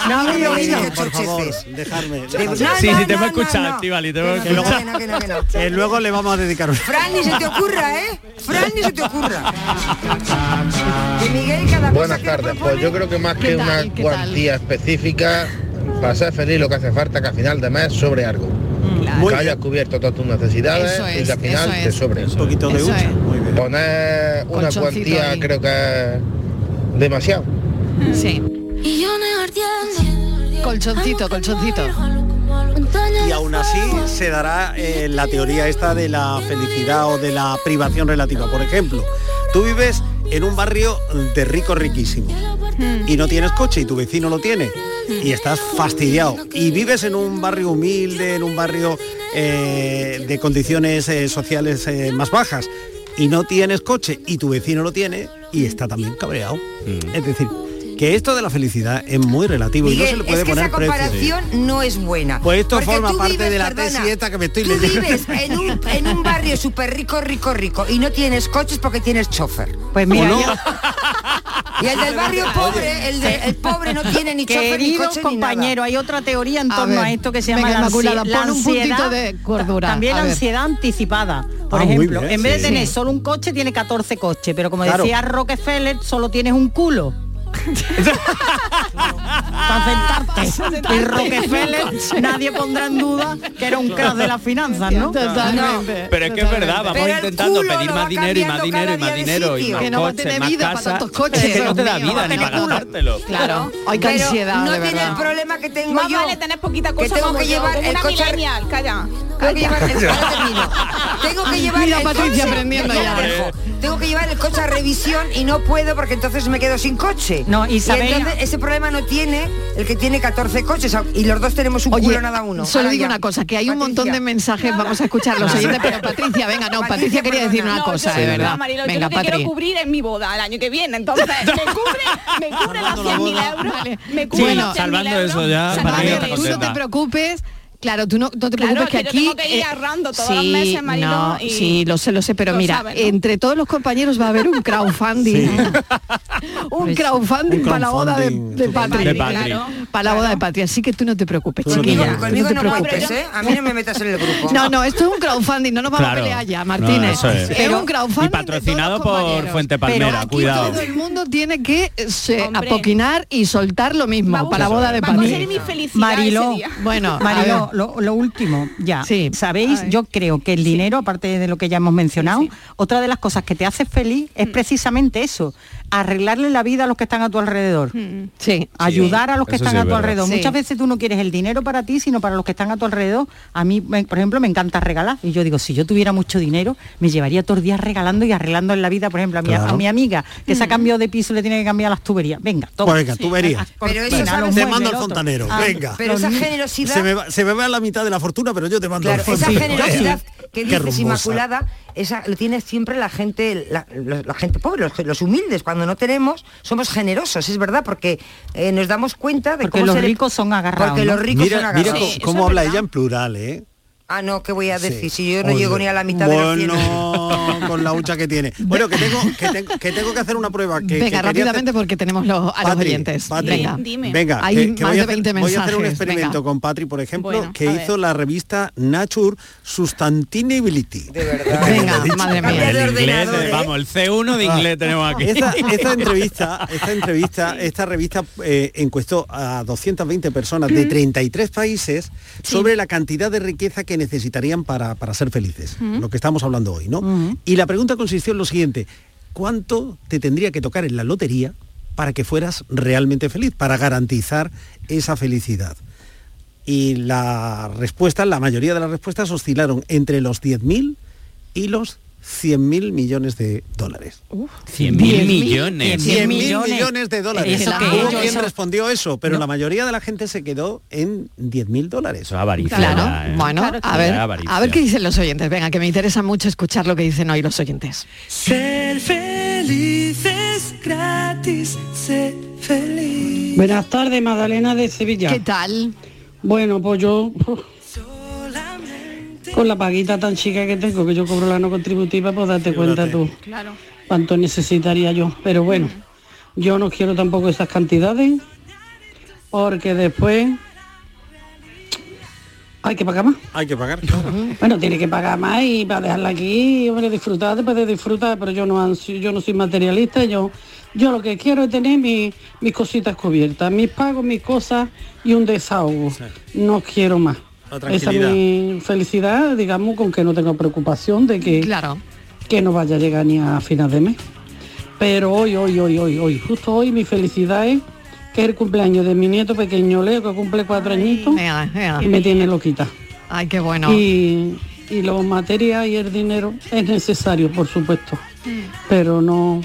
[SPEAKER 3] No había oído.
[SPEAKER 5] Por favor, dejarme.
[SPEAKER 6] no,
[SPEAKER 4] sí, sí, te voy a escuchar, Estivali, te voy a
[SPEAKER 5] Que luego-
[SPEAKER 4] escuchar.
[SPEAKER 6] No, que no, que no.
[SPEAKER 5] que Eh, luego le vamos a dedicar un...
[SPEAKER 6] Fran, ni se te ocurra, ¿eh? Fran, ni se te ocurra. Que Miguel cada cosa
[SPEAKER 10] Buenas
[SPEAKER 6] que
[SPEAKER 10] tardes, pues yo creo que más
[SPEAKER 6] ¿Qué
[SPEAKER 10] que
[SPEAKER 6] tal?
[SPEAKER 10] una
[SPEAKER 6] ¿Qué tal?
[SPEAKER 10] cuantía específica, para ser feliz lo que hace falta que al final de mes sobre algo. Que hayas cubierto todas tus necesidades
[SPEAKER 9] Mm, Eso
[SPEAKER 10] y
[SPEAKER 9] es,
[SPEAKER 10] que al final
[SPEAKER 9] eso
[SPEAKER 10] te
[SPEAKER 9] es.
[SPEAKER 10] sobre. Un
[SPEAKER 5] poquito
[SPEAKER 9] de Eso hucha, es.
[SPEAKER 10] Poner una
[SPEAKER 9] Colchoncito
[SPEAKER 10] cuantía
[SPEAKER 9] ahí.
[SPEAKER 10] creo que es demasiado.
[SPEAKER 3] Sí.
[SPEAKER 12] Y yo me
[SPEAKER 3] Colchoncito, colchoncito.
[SPEAKER 5] Y aún así se dará eh, la teoría esta de la felicidad o de la privación relativa. Por ejemplo, tú vives en un barrio de ricos riquísimos y no tienes coche y tu vecino lo tiene y estás fastidiado y vives en un barrio humilde, en un barrio eh, de condiciones eh, sociales eh, más bajas y no tienes coche y tu vecino lo tiene y está también cabreado. Es decir, que esto de la felicidad es muy relativo y no se
[SPEAKER 6] Miguel,
[SPEAKER 5] le puede
[SPEAKER 6] es que
[SPEAKER 5] poner
[SPEAKER 6] esa
[SPEAKER 5] precio.
[SPEAKER 6] comparación no es buena.
[SPEAKER 5] Pues esto
[SPEAKER 6] Porque
[SPEAKER 5] forma
[SPEAKER 6] tú
[SPEAKER 5] parte
[SPEAKER 6] vives,
[SPEAKER 5] de la
[SPEAKER 6] perdona,
[SPEAKER 5] tesis esta que me estoy
[SPEAKER 6] tú
[SPEAKER 5] leyendo.
[SPEAKER 6] vives en un, en un barrio súper rico, rico, rico y no tienes coches porque tienes chofer.
[SPEAKER 7] Pues mira,
[SPEAKER 6] ¿O no?
[SPEAKER 7] yo-
[SPEAKER 6] Y el del barrio pobre, el, de- el pobre no tiene ni chofer ni
[SPEAKER 7] Querido
[SPEAKER 6] coche ni nada.
[SPEAKER 7] compañero, hay otra teoría en
[SPEAKER 6] A
[SPEAKER 7] torno a,
[SPEAKER 6] ver,
[SPEAKER 7] esto que se
[SPEAKER 6] venga,
[SPEAKER 7] llama la,
[SPEAKER 6] Inmaculada,
[SPEAKER 7] ansie- la
[SPEAKER 6] pon un puntito
[SPEAKER 7] ansiedad,
[SPEAKER 6] de cordura,
[SPEAKER 7] ta- también
[SPEAKER 6] a
[SPEAKER 7] la
[SPEAKER 6] ver.
[SPEAKER 7] ansiedad anticipada. Por
[SPEAKER 6] Ah, muy
[SPEAKER 7] ejemplo,
[SPEAKER 6] bien,
[SPEAKER 7] en vez de
[SPEAKER 6] sí.
[SPEAKER 7] tener
[SPEAKER 6] Sí.
[SPEAKER 7] solo un coche, tiene 14 coches, pero como
[SPEAKER 6] Claro.
[SPEAKER 7] decía Rockefeller, solo tienes un culo. Para sentarte. Y Rockefeller, nadie pondrá en duda que era un crack de las finanzas, ¿no?
[SPEAKER 3] Totalmente.
[SPEAKER 4] Pero es que es verdad, vamos
[SPEAKER 7] Pero el
[SPEAKER 4] intentando
[SPEAKER 7] culo
[SPEAKER 4] pedir
[SPEAKER 7] lo
[SPEAKER 4] más
[SPEAKER 7] va
[SPEAKER 4] dinero y más
[SPEAKER 7] cambiando cada
[SPEAKER 4] dinero y más
[SPEAKER 7] día de
[SPEAKER 4] dinero y
[SPEAKER 7] sitio.
[SPEAKER 4] más
[SPEAKER 7] Que no va a
[SPEAKER 4] coches,
[SPEAKER 7] tener
[SPEAKER 4] más
[SPEAKER 7] vida
[SPEAKER 3] para
[SPEAKER 4] casa.
[SPEAKER 3] tantos coches,
[SPEAKER 4] Es que no te
[SPEAKER 3] Dios
[SPEAKER 4] da
[SPEAKER 3] mío,
[SPEAKER 4] vida ni para
[SPEAKER 3] película.
[SPEAKER 4] gastártelo.
[SPEAKER 3] Claro. Ay, qué
[SPEAKER 6] Pero
[SPEAKER 3] ansiedad,
[SPEAKER 6] no
[SPEAKER 3] de
[SPEAKER 6] tiene
[SPEAKER 3] verdad.
[SPEAKER 6] el problema que tengo
[SPEAKER 8] Más
[SPEAKER 6] yo.
[SPEAKER 8] vale tener poquita
[SPEAKER 6] que
[SPEAKER 8] cosa
[SPEAKER 6] tengo
[SPEAKER 8] como
[SPEAKER 6] que
[SPEAKER 8] yo,
[SPEAKER 6] llevar
[SPEAKER 8] como
[SPEAKER 6] el
[SPEAKER 8] una
[SPEAKER 6] coche
[SPEAKER 8] millennial, calla.
[SPEAKER 6] Tengo que llevar el,
[SPEAKER 8] Calla.
[SPEAKER 6] ahora termino. Tengo que llevar
[SPEAKER 3] Mira,
[SPEAKER 6] el
[SPEAKER 3] Patricia,
[SPEAKER 6] coche.
[SPEAKER 3] aprendiendo
[SPEAKER 6] Ya
[SPEAKER 3] ya.
[SPEAKER 6] lo dejo. Tengo que llevar el coche a revisión y no puedo porque entonces me quedo sin coche.
[SPEAKER 7] No, Isabel-
[SPEAKER 6] Y entonces ese problema no tiene el que tiene 14 coches y los dos tenemos un
[SPEAKER 3] Oye,
[SPEAKER 6] culo nada uno.
[SPEAKER 3] Solo
[SPEAKER 6] Ahora
[SPEAKER 3] digo
[SPEAKER 6] ya.
[SPEAKER 3] una cosa, que hay un montón de mensajes, vamos a escucharlos
[SPEAKER 6] Nada.
[SPEAKER 3] oyentes, pero Patricia, venga, no, Patricia quería decir una
[SPEAKER 8] No,
[SPEAKER 3] cosa,
[SPEAKER 8] yo-
[SPEAKER 3] de verdad.
[SPEAKER 8] no, Ah, Marilo, yo
[SPEAKER 3] venga,
[SPEAKER 8] lo que
[SPEAKER 3] Patri.
[SPEAKER 8] quiero cubrir es mi boda el año que viene, entonces me cubre, me cubre los 100.000 euros, me cubre
[SPEAKER 4] Sí,
[SPEAKER 8] los 100.000
[SPEAKER 4] salvando
[SPEAKER 8] euros.
[SPEAKER 4] eso ya,
[SPEAKER 8] salvando
[SPEAKER 4] para mí está
[SPEAKER 8] eso.
[SPEAKER 3] Tú no te
[SPEAKER 4] contenta.
[SPEAKER 3] preocupes. Claro, tú no, no te
[SPEAKER 8] Claro,
[SPEAKER 3] preocupes que
[SPEAKER 8] que eh,
[SPEAKER 3] aquí...
[SPEAKER 8] yo
[SPEAKER 3] eh,
[SPEAKER 8] tengo que ir ahorrando todos los
[SPEAKER 3] sí,
[SPEAKER 8] meses, Marilo,
[SPEAKER 3] no,
[SPEAKER 8] y
[SPEAKER 3] Sí, lo sé, lo sé, pero
[SPEAKER 8] lo
[SPEAKER 3] mira, eh,
[SPEAKER 8] saben, ¿no?
[SPEAKER 3] entre todos los compañeros va a haber un crowdfunding. un crowdfunding para la boda de, de Patri.
[SPEAKER 4] De Patri.
[SPEAKER 3] Claro. Para la boda de Patri. Así que tú no te preocupes,
[SPEAKER 6] Conmigo-
[SPEAKER 3] chiquilla. tú
[SPEAKER 6] conmigo
[SPEAKER 3] te
[SPEAKER 6] no
[SPEAKER 3] preocupes.
[SPEAKER 6] cuentes, ¿eh? A mí no me metas en el grupo.
[SPEAKER 3] No, no, esto es un crowdfunding, no nos vamos
[SPEAKER 4] Claro.
[SPEAKER 3] a pelear ya, Martínez.
[SPEAKER 4] No, eso es.
[SPEAKER 3] es
[SPEAKER 4] Pero-
[SPEAKER 3] un crowdfunding.
[SPEAKER 4] Y patrocinado por Fuente
[SPEAKER 3] Pero
[SPEAKER 4] Eh, Palmera,
[SPEAKER 3] aquí
[SPEAKER 4] cuidado.
[SPEAKER 3] todo el mundo tiene que eh, se apoquinar y soltar lo mismo para la boda de
[SPEAKER 7] Vamos a
[SPEAKER 3] Patri.
[SPEAKER 7] ser mi felicidad Mariló, ese día.
[SPEAKER 3] Bueno, a
[SPEAKER 7] Mariló,
[SPEAKER 3] ver.
[SPEAKER 7] lo, lo último, ya. Sabéis, yo creo que el dinero, aparte de lo que ya hemos mencionado, otra de las cosas que te hace feliz es precisamente eso, arreglarle la vida a los que están a tu alrededor.
[SPEAKER 15] Mm.
[SPEAKER 3] Sí.
[SPEAKER 7] Ayudar a los que
[SPEAKER 16] Eso
[SPEAKER 7] están
[SPEAKER 16] sí
[SPEAKER 7] a
[SPEAKER 16] es
[SPEAKER 7] tu
[SPEAKER 16] verdad.
[SPEAKER 7] alrededor.
[SPEAKER 16] Sí.
[SPEAKER 7] Muchas veces tú no quieres el dinero para ti, sino para los que están a tu alrededor. A mí, me- por ejemplo, me encanta regalar. Y yo digo, si yo tuviera mucho dinero, me llevaría todos los días regalando y arreglando en la vida, por ejemplo, a mi, a
[SPEAKER 5] Claro.
[SPEAKER 7] mi amiga, que se ha cambiado de piso y le tiene que cambiar las tuberías. Venga, toma.
[SPEAKER 5] Pues venga, tubería.
[SPEAKER 7] Pero
[SPEAKER 5] Venga,
[SPEAKER 7] eso
[SPEAKER 5] te mando al fontanero, venga.
[SPEAKER 6] Ah, pero esa generosidad-
[SPEAKER 5] Se me, va, se me va la mitad de la fortuna, pero yo te mando
[SPEAKER 6] Claro,
[SPEAKER 5] al
[SPEAKER 6] esa
[SPEAKER 5] fontanero.
[SPEAKER 6] generosidad que
[SPEAKER 5] Qué
[SPEAKER 6] dices
[SPEAKER 5] rumbosa.
[SPEAKER 6] inmaculada, esa lo tiene siempre la gente, la, la- la gente pobre, los, los humildes. Cuando no tenemos, somos generosos, es verdad, porque eh, nos damos cuenta de
[SPEAKER 7] Porque
[SPEAKER 6] cómo
[SPEAKER 7] los
[SPEAKER 6] se le-
[SPEAKER 7] ricos son agarrados,
[SPEAKER 6] Porque
[SPEAKER 7] ¿no?
[SPEAKER 6] los ricos
[SPEAKER 5] mira,
[SPEAKER 6] son
[SPEAKER 5] mira
[SPEAKER 6] agarrados.
[SPEAKER 5] co- cómo habla ella en plural, ¿eh?
[SPEAKER 6] Ah, no, ¿qué voy a
[SPEAKER 5] Sí.
[SPEAKER 6] decir? Si yo no
[SPEAKER 5] Oye,
[SPEAKER 6] llego ni a la mitad de los cien.
[SPEAKER 5] Bueno, con la hucha que tiene. Bueno, que tengo que, tengo, que, tengo que hacer una prueba. Que, que
[SPEAKER 3] Venga,
[SPEAKER 5] quería
[SPEAKER 3] rápidamente
[SPEAKER 5] hacer- Ah,
[SPEAKER 3] porque tenemos los, a los
[SPEAKER 5] Patri,
[SPEAKER 3] oyentes.
[SPEAKER 5] Patri,
[SPEAKER 3] venga,
[SPEAKER 5] venga,
[SPEAKER 3] Hay
[SPEAKER 5] que- que
[SPEAKER 3] más
[SPEAKER 5] voy, a
[SPEAKER 3] de
[SPEAKER 5] hacer,
[SPEAKER 3] 20
[SPEAKER 5] voy
[SPEAKER 3] mensajes.
[SPEAKER 5] a hacer un experimento
[SPEAKER 3] venga.
[SPEAKER 5] con Patri, por ejemplo,
[SPEAKER 3] Bueno,
[SPEAKER 5] que
[SPEAKER 3] a ver.
[SPEAKER 5] hizo la revista Nature Sustantinability. De verdad.
[SPEAKER 3] Venga, madre mía.
[SPEAKER 4] El inglés, eh, vamos, el C1 de inglés tenemos aquí.
[SPEAKER 5] Esta, esta Ah. entrevista, esta entrevista, esta revista eh, encuestó a 220 personas de 33 países sobre la cantidad de riqueza que necesitarían para, para ser felices,
[SPEAKER 9] Mm.
[SPEAKER 5] lo que estamos hablando hoy, ¿no? Y la pregunta consistió en lo siguiente: ¿cuánto te tendría que tocar en la lotería para que fueras realmente feliz, para garantizar esa felicidad? Y la respuesta, la mayoría de las respuestas oscilaron entre los 10.000 y los 100.000 millones de dólares.
[SPEAKER 4] 100.000
[SPEAKER 5] 10.000
[SPEAKER 4] millones.
[SPEAKER 5] 100.000 millones de dólares.
[SPEAKER 4] ¿Eso qué?
[SPEAKER 5] Hubo
[SPEAKER 4] Yo
[SPEAKER 5] quien
[SPEAKER 4] eso-
[SPEAKER 5] respondió eso, pero la mayoría de la gente se quedó en 10.000 dólares. Eso
[SPEAKER 4] es avaricia.
[SPEAKER 3] Claro,
[SPEAKER 4] ya, eh.
[SPEAKER 3] bueno, a ver, a ver qué dicen los oyentes. Venga, que me interesa mucho escuchar lo que dicen hoy los oyentes.
[SPEAKER 13] Ser feliz es gratis, ser feliz.
[SPEAKER 17] Buenas tardes, Magdalena de Sevilla. ¿Qué
[SPEAKER 3] tal?
[SPEAKER 17] Bueno, pues yo con la paguita tan chica que tengo, que yo cobro la no contributiva, pues date cuenta tú.
[SPEAKER 8] Claro.
[SPEAKER 17] cuánto necesitaría yo. Pero bueno, yo no quiero tampoco esas cantidades, porque después hay que pagar más.
[SPEAKER 18] Hay que pagar.
[SPEAKER 17] Bueno, tiene que pagar más y para dejarla aquí, hombre, disfrutar, después de disfrutar, pero yo no ansio- yo no soy materialista, yo yo lo que quiero es tener mi- mis cositas cubiertas, mis pagos, mis cosas y un desahogo. No quiero más.
[SPEAKER 18] La
[SPEAKER 17] Esa
[SPEAKER 18] tranquilidad.
[SPEAKER 17] es mi felicidad, digamos, con que no tengo preocupación de que, que no vaya a llegar ni a final de mes. Pero hoy, hoy, hoy, hoy, hoy, justo hoy mi felicidad es que es el cumpleaños de mi nieto pequeño Leo, que cumple cuatro añitos y me tiene loquita.
[SPEAKER 3] Ay, qué bueno.
[SPEAKER 17] Y, y los materias y el dinero es necesario, por supuesto,
[SPEAKER 3] Mm.
[SPEAKER 17] pero no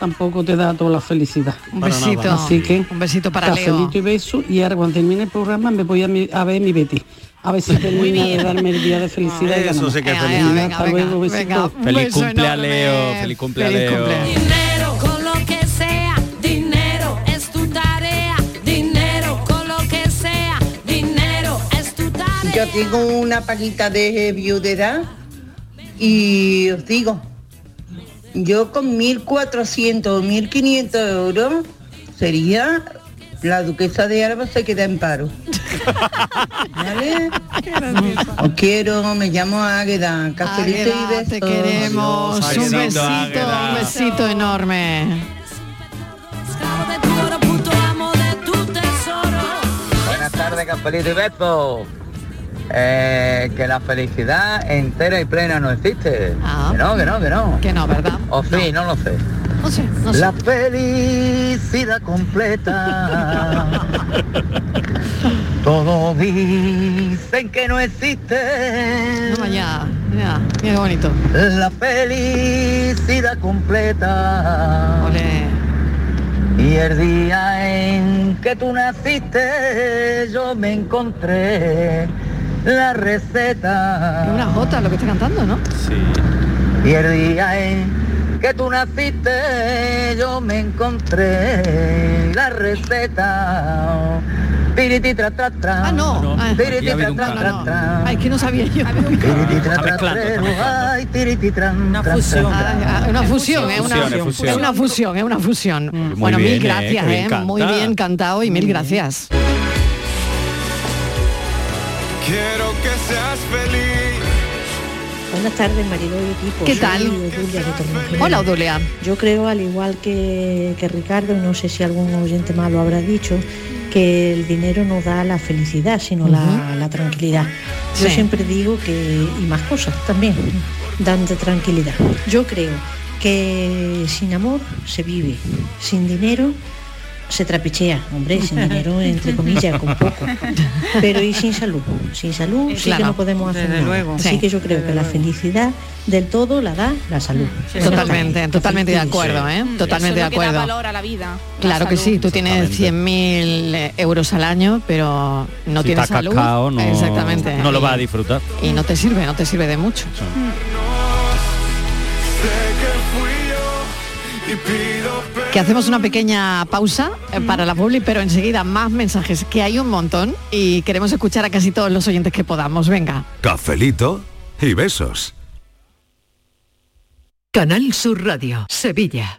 [SPEAKER 17] tampoco te da toda la felicidad.
[SPEAKER 3] Un Para nada. besito.
[SPEAKER 17] Así que
[SPEAKER 3] un besito para
[SPEAKER 17] cafelito
[SPEAKER 3] Leo. Ah,
[SPEAKER 17] y beso y ahora cuando termine el programa me voy a, mi- a ver mi Betty. A ver si termina de darme el día de felicidad. y
[SPEAKER 18] Eso
[SPEAKER 17] ganamos.
[SPEAKER 18] sí que es Venga, felicidad. venga,
[SPEAKER 17] Hasta
[SPEAKER 18] venga,
[SPEAKER 17] luego, besitos.
[SPEAKER 18] venga. Un
[SPEAKER 4] Feliz
[SPEAKER 18] beso
[SPEAKER 4] cumple a
[SPEAKER 18] enorme.
[SPEAKER 4] Leo, feliz cumple a
[SPEAKER 18] Feliz
[SPEAKER 4] Leo.
[SPEAKER 19] Dinero con lo que sea, dinero es tu tarea, dinero con lo que sea, dinero es tu tarea.
[SPEAKER 20] Yo tengo una palita de viudedad y os digo, yo con 1.400 o 1.500 euros sería la duquesa de Alba se queda en paro. ¿Vale? Os quiero, me llamo Águeda, cafelito y
[SPEAKER 3] Águeda,
[SPEAKER 20] besos.
[SPEAKER 3] te queremos. un
[SPEAKER 20] Adiós,
[SPEAKER 3] besito,
[SPEAKER 20] Águeda.
[SPEAKER 3] un besito enorme.
[SPEAKER 13] Buenas tardes, Capelito y Bepo. Eh, que la felicidad entera y plena no existe. que no, que no, que no.
[SPEAKER 3] Ah. Que no, ¿verdad?
[SPEAKER 13] O sí, no, lo sé.
[SPEAKER 3] No sé, no
[SPEAKER 13] La felicidad completa. Todos dicen que no existe.
[SPEAKER 3] No, ya, ya, qué bonito.
[SPEAKER 13] La felicidad completa. Y el día en que tú naciste, yo me encontré la receta.
[SPEAKER 3] Una jota lo que está cantando, ¿no?
[SPEAKER 13] Y el día en que tú naciste, yo me encontré la receta. Piriti tra tra tra. Ah,
[SPEAKER 3] no.
[SPEAKER 13] Piriti
[SPEAKER 3] aquí
[SPEAKER 13] tra
[SPEAKER 3] ha habido
[SPEAKER 13] tra
[SPEAKER 3] un
[SPEAKER 13] tra tra.
[SPEAKER 3] Ay, que no sabía yo.
[SPEAKER 13] Piriti tra tra tra. Ay, piriti tra Una
[SPEAKER 3] fusión. Ah, ah, una fusión, es una,
[SPEAKER 4] Fusión, es fusión.
[SPEAKER 3] es una fusión, es una fusión. bueno, mil
[SPEAKER 4] bien, eh, Mm.
[SPEAKER 3] gracias,
[SPEAKER 4] que bien
[SPEAKER 3] eh,
[SPEAKER 4] canta.
[SPEAKER 3] muy bien cantado y mil gracias.
[SPEAKER 21] Quiero que seas feliz.
[SPEAKER 15] Buenas tardes, Marilo y equipo.
[SPEAKER 3] ¿Qué
[SPEAKER 15] Soy
[SPEAKER 3] tal?
[SPEAKER 15] Odulia de Torremolinos.
[SPEAKER 3] Hola, Odulia.
[SPEAKER 15] Yo creo, al igual que, que Ricardo, no sé si algún oyente más lo habrá dicho, que el dinero no da la felicidad, sino la, la tranquilidad. Yo
[SPEAKER 11] Sí.
[SPEAKER 15] siempre digo que, y más cosas también, dando tranquilidad. Yo creo que sin amor se vive, sin dinero se trapichea, hombre, sin dinero, entre comillas, con poco. Pero y sin salud, sin salud
[SPEAKER 11] Eh,
[SPEAKER 15] sí que
[SPEAKER 11] claro,
[SPEAKER 15] no podemos hacer
[SPEAKER 11] desde
[SPEAKER 15] nada.
[SPEAKER 11] luego.
[SPEAKER 15] Así
[SPEAKER 11] Sí.
[SPEAKER 15] que yo creo que la felicidad del todo la da la salud.
[SPEAKER 3] Sí. Totalmente, totalmente de acuerdo, ¿eh?
[SPEAKER 4] Mm.
[SPEAKER 3] Totalmente de
[SPEAKER 22] Eso es lo que da
[SPEAKER 3] acuerdo.
[SPEAKER 22] valor a la vida. la
[SPEAKER 3] Claro que
[SPEAKER 22] salud.
[SPEAKER 3] sí, tú tienes 100.000 euros al año, pero no
[SPEAKER 4] Si
[SPEAKER 3] tienes
[SPEAKER 4] está
[SPEAKER 3] salud.
[SPEAKER 4] cascao, no,
[SPEAKER 3] exactamente.
[SPEAKER 4] no lo vas a disfrutar.
[SPEAKER 3] y no te sirve, no te sirve de mucho. Que hacemos una pequeña pausa eh, para la publi, pero enseguida más mensajes, que hay un montón y queremos escuchar a casi todos los oyentes que podamos. Venga.
[SPEAKER 23] Cafelito y besos.
[SPEAKER 24] Canal Sur Radio, Sevilla.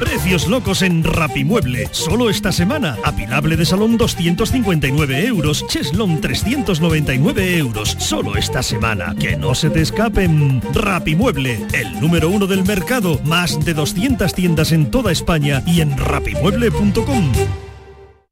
[SPEAKER 1] Precios locos en Rapimueble. Solo esta semana. Apilable de salón 259 euros. Cheslon 399 euros. Solo esta semana. Que no se te escapen. Rapimueble, el número uno del mercado. Más de 200 tiendas en toda España y en rapimueble.com.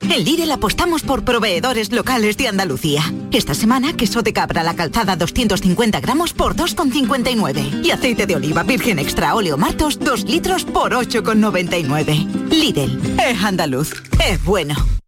[SPEAKER 22] En Lidl apostamos por proveedores locales de Andalucía. Esta semana, queso de cabra la calzada 250 gramos por 2,59. Y aceite de oliva virgen extra óleo martos 2 litros por 8,99. Lidl, es andaluz, es bueno.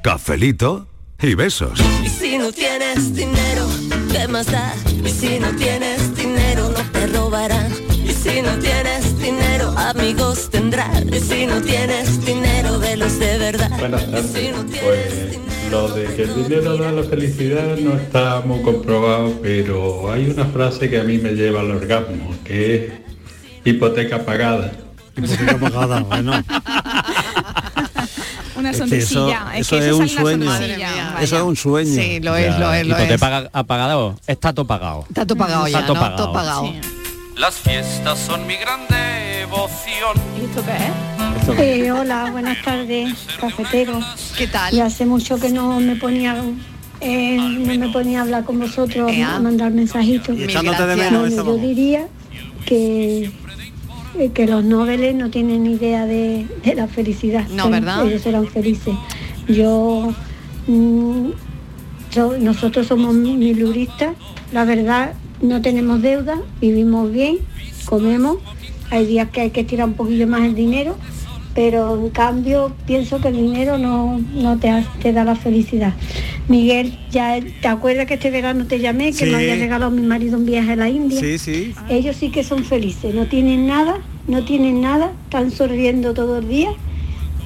[SPEAKER 23] Cafelito y besos.
[SPEAKER 25] Y si no tienes dinero, ¿qué más da? Y si no tienes dinero, no te robarán. Y si no tienes dinero, amigos tendrás. Y si no tienes dinero, de los de verdad.
[SPEAKER 26] Buenas tardes. Pues lo de que el dinero da la felicidad no está muy comprobado, pero hay una frase que a mí me lleva al orgasmo, que es hipoteca pagada.
[SPEAKER 5] Hipoteca pagada, bueno.
[SPEAKER 8] Una
[SPEAKER 5] Es que eso-
[SPEAKER 8] sonrisilla.
[SPEAKER 5] eso
[SPEAKER 8] que
[SPEAKER 5] es un
[SPEAKER 8] sale una
[SPEAKER 5] sueño.
[SPEAKER 8] sonrisilla,
[SPEAKER 5] Madre mía.
[SPEAKER 8] vaya.
[SPEAKER 5] Eso es un sueño.
[SPEAKER 3] Sí, lo es, lo es, lo es.
[SPEAKER 4] pues paga, apagado? Está todo pagado.
[SPEAKER 3] Está todo pagado ya,
[SPEAKER 4] Está todo
[SPEAKER 3] ¿no?
[SPEAKER 4] pagado.
[SPEAKER 3] Todo pagado.
[SPEAKER 27] Las fiestas son mi gran devoción. ¿Y esto qué es?
[SPEAKER 28] Eh, hola, buenas tardes, cafetero.
[SPEAKER 3] ¿Qué tal?
[SPEAKER 28] Y hace mucho que no me ponía eh, no me ponía a hablar con vosotros, a mandar mensajitos.
[SPEAKER 5] Y echándote de menos
[SPEAKER 28] Bueno, yo
[SPEAKER 5] estábamos.
[SPEAKER 28] diría que eh, que los noveles no tienen ni idea de, de la felicidad.
[SPEAKER 3] No,
[SPEAKER 28] Son-
[SPEAKER 3] ¿verdad?
[SPEAKER 28] Ellos eran felices. Yo, mm, yo- nosotros somos miluristas, la verdad no tenemos deuda, vivimos bien, comemos, hay días que hay que tirar un poquillo más el dinero, pero en cambio pienso que el dinero no, no te, ha- te da la felicidad. Miguel, ya te acuerdas que este verano te llamé, que
[SPEAKER 5] Sí.
[SPEAKER 28] me había regalado a mi marido un viaje a la India.
[SPEAKER 3] Mm.
[SPEAKER 5] Sí, sí.
[SPEAKER 29] Ah.
[SPEAKER 28] Ellos sí que son felices, no tienen nada, no tienen nada, están sonriendo todo el día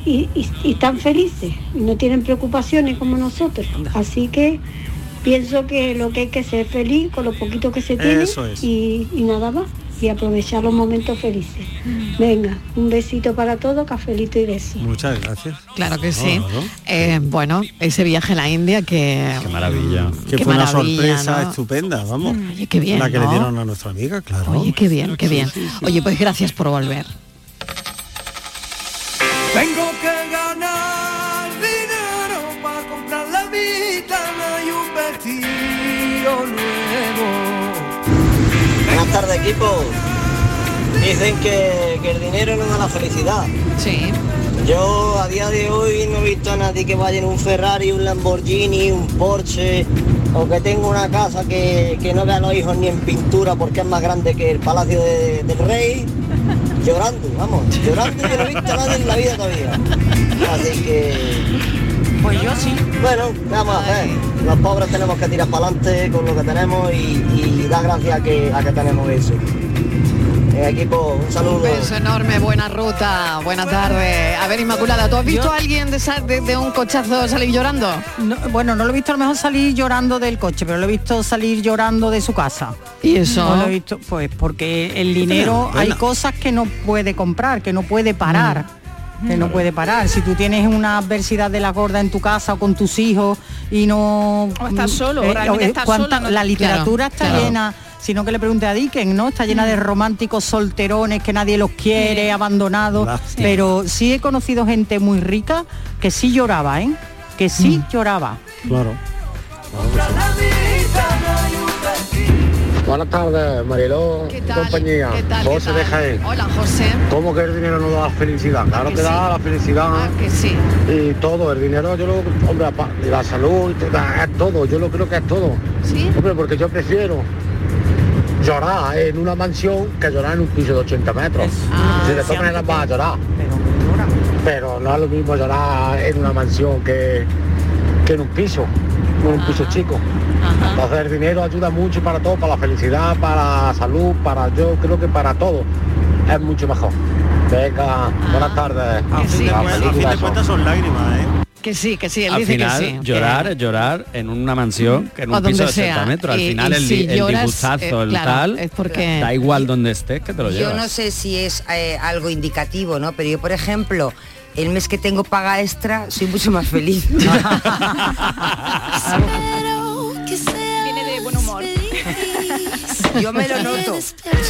[SPEAKER 28] y, y- y están felices, y no tienen preocupaciones como nosotros. Así que pienso que lo que hay que ser feliz con lo poquito que se tiene
[SPEAKER 29] Eso es.
[SPEAKER 28] y, y nada más, y aprovechar los momentos felices.
[SPEAKER 29] Mm.
[SPEAKER 28] Venga, un besito para todos, cafelito y beso.
[SPEAKER 5] Muchas gracias.
[SPEAKER 3] Claro que sí.
[SPEAKER 5] No, no.
[SPEAKER 3] Eh, bueno, ese viaje a la India que... mm,
[SPEAKER 4] Qué maravilla.
[SPEAKER 5] Que
[SPEAKER 3] Qué
[SPEAKER 5] fue una
[SPEAKER 3] maravilla,
[SPEAKER 5] sorpresa
[SPEAKER 3] ¿no?
[SPEAKER 5] estupenda, vamos.
[SPEAKER 3] Oye, qué bien,
[SPEAKER 5] La que le
[SPEAKER 3] ¿no?
[SPEAKER 5] dieron a nuestra amiga, claro.
[SPEAKER 3] Oye, qué bien, qué bien. Oye, pues gracias por volver.
[SPEAKER 13] Tengo que ganar dinero para comprar la ventana y un vestido nuevo.
[SPEAKER 29] Buenas tardes equipo. Dicen que, que el dinero no da la felicidad.
[SPEAKER 3] Sí.
[SPEAKER 29] Yo a día de hoy no he visto a nadie que vaya en un Ferrari, un Lamborghini, un Porsche o que tenga una casa que, que no vea a los hijos ni en pintura porque es más grande que el Palacio de- del Rey. Llorando, vamos, llorando yo no he visto a nadie en la vida todavía. Así que... Pues yo sí. Bueno, vamos a hacer. Los pobres tenemos que tirar para adelante con lo que tenemos y, y dar gracias a que, a que tenemos eso. Eh, equipo, un saludo.
[SPEAKER 3] Un beso enorme, buena ruta, buena tarde. A ver, Inmaculada, ¿tú has visto a alguien de, esa- de- de un cochazo salir llorando?
[SPEAKER 7] No, bueno, no lo he visto a lo mejor salir llorando del coche, pero lo he visto salir llorando de su casa.
[SPEAKER 3] ¿Y eso?
[SPEAKER 7] No lo he visto, pues porque el dinero,
[SPEAKER 3] pena,
[SPEAKER 7] hay
[SPEAKER 3] pena.
[SPEAKER 7] cosas que no puede comprar, que no puede parar.
[SPEAKER 4] Mm.
[SPEAKER 7] Que no puede parar. Si tú tienes una adversidad de la gorda en tu casa o con tus hijos y no... Mm, eh,
[SPEAKER 8] O estás solo, realmente estás
[SPEAKER 7] cuánta-
[SPEAKER 8] solo, no-
[SPEAKER 7] La literatura
[SPEAKER 8] Claro,
[SPEAKER 7] está
[SPEAKER 8] claro.
[SPEAKER 7] llena, sino que le pregunte a Dickens, ¿no? Está
[SPEAKER 3] Mm.
[SPEAKER 7] llena de románticos solterones que nadie los quiere, abandonados.
[SPEAKER 5] Lástima.
[SPEAKER 7] Pero sí he conocido gente muy rica que sí lloraba, ¿eh? Que sí
[SPEAKER 4] Mm.
[SPEAKER 7] lloraba.
[SPEAKER 5] Claro.
[SPEAKER 10] Buenas tardes, Mariló.
[SPEAKER 3] ¿Qué
[SPEAKER 10] y
[SPEAKER 3] tal?
[SPEAKER 10] Compañía.
[SPEAKER 3] ¿Qué tal?
[SPEAKER 10] José
[SPEAKER 3] ¿Qué
[SPEAKER 10] de
[SPEAKER 3] tal?
[SPEAKER 10] Jaén.
[SPEAKER 3] Hola, José.
[SPEAKER 10] ¿Cómo que el dinero no da felicidad? Claro
[SPEAKER 3] que
[SPEAKER 10] que, da
[SPEAKER 3] sí?
[SPEAKER 10] la felicidad.
[SPEAKER 3] Ah, que sí.
[SPEAKER 10] Y todo, el dinero, yo lo, hombre, apa- y la salud, y todo, es todo, yo lo creo que es todo.
[SPEAKER 3] ¿Sí?
[SPEAKER 10] Hombre, porque yo prefiero llorar en una mansión que llorar en un piso de 80 metros. si de todas maneras vas a llorar. Pero no es lo mismo llorar en una mansión que, que en un piso, en un piso chico. Entonces el dinero ayuda mucho para todo, para la felicidad, para la salud, para yo creo que para todo. Es mucho mejor. Venga, buenas tardes.
[SPEAKER 5] Ah. A fin, de,
[SPEAKER 10] La
[SPEAKER 5] cuentas, a fin de
[SPEAKER 10] película son-
[SPEAKER 5] cuentas son lágrimas, ¿eh?
[SPEAKER 3] Que sí, que sí, él
[SPEAKER 4] Al
[SPEAKER 3] dice
[SPEAKER 4] final,
[SPEAKER 3] que sí. que-
[SPEAKER 4] llorar, llorar en una mansión, que en
[SPEAKER 3] O
[SPEAKER 4] un piso
[SPEAKER 3] donde
[SPEAKER 4] de 60
[SPEAKER 3] sea.
[SPEAKER 4] metros. Al
[SPEAKER 3] Y-
[SPEAKER 4] final
[SPEAKER 3] y
[SPEAKER 4] el,
[SPEAKER 3] si
[SPEAKER 4] di- el
[SPEAKER 3] lloras,
[SPEAKER 4] disgustazo,
[SPEAKER 3] eh,
[SPEAKER 4] el
[SPEAKER 3] claro,
[SPEAKER 4] tal,
[SPEAKER 3] es porque-
[SPEAKER 4] da igual donde estés que te lo
[SPEAKER 6] Yo
[SPEAKER 4] llevas.
[SPEAKER 6] no sé si es eh, algo indicativo, ¿no? Pero yo, por ejemplo, el mes que tengo paga extra, soy mucho más feliz.
[SPEAKER 8] Viene de buen humor.
[SPEAKER 6] yo me lo noto.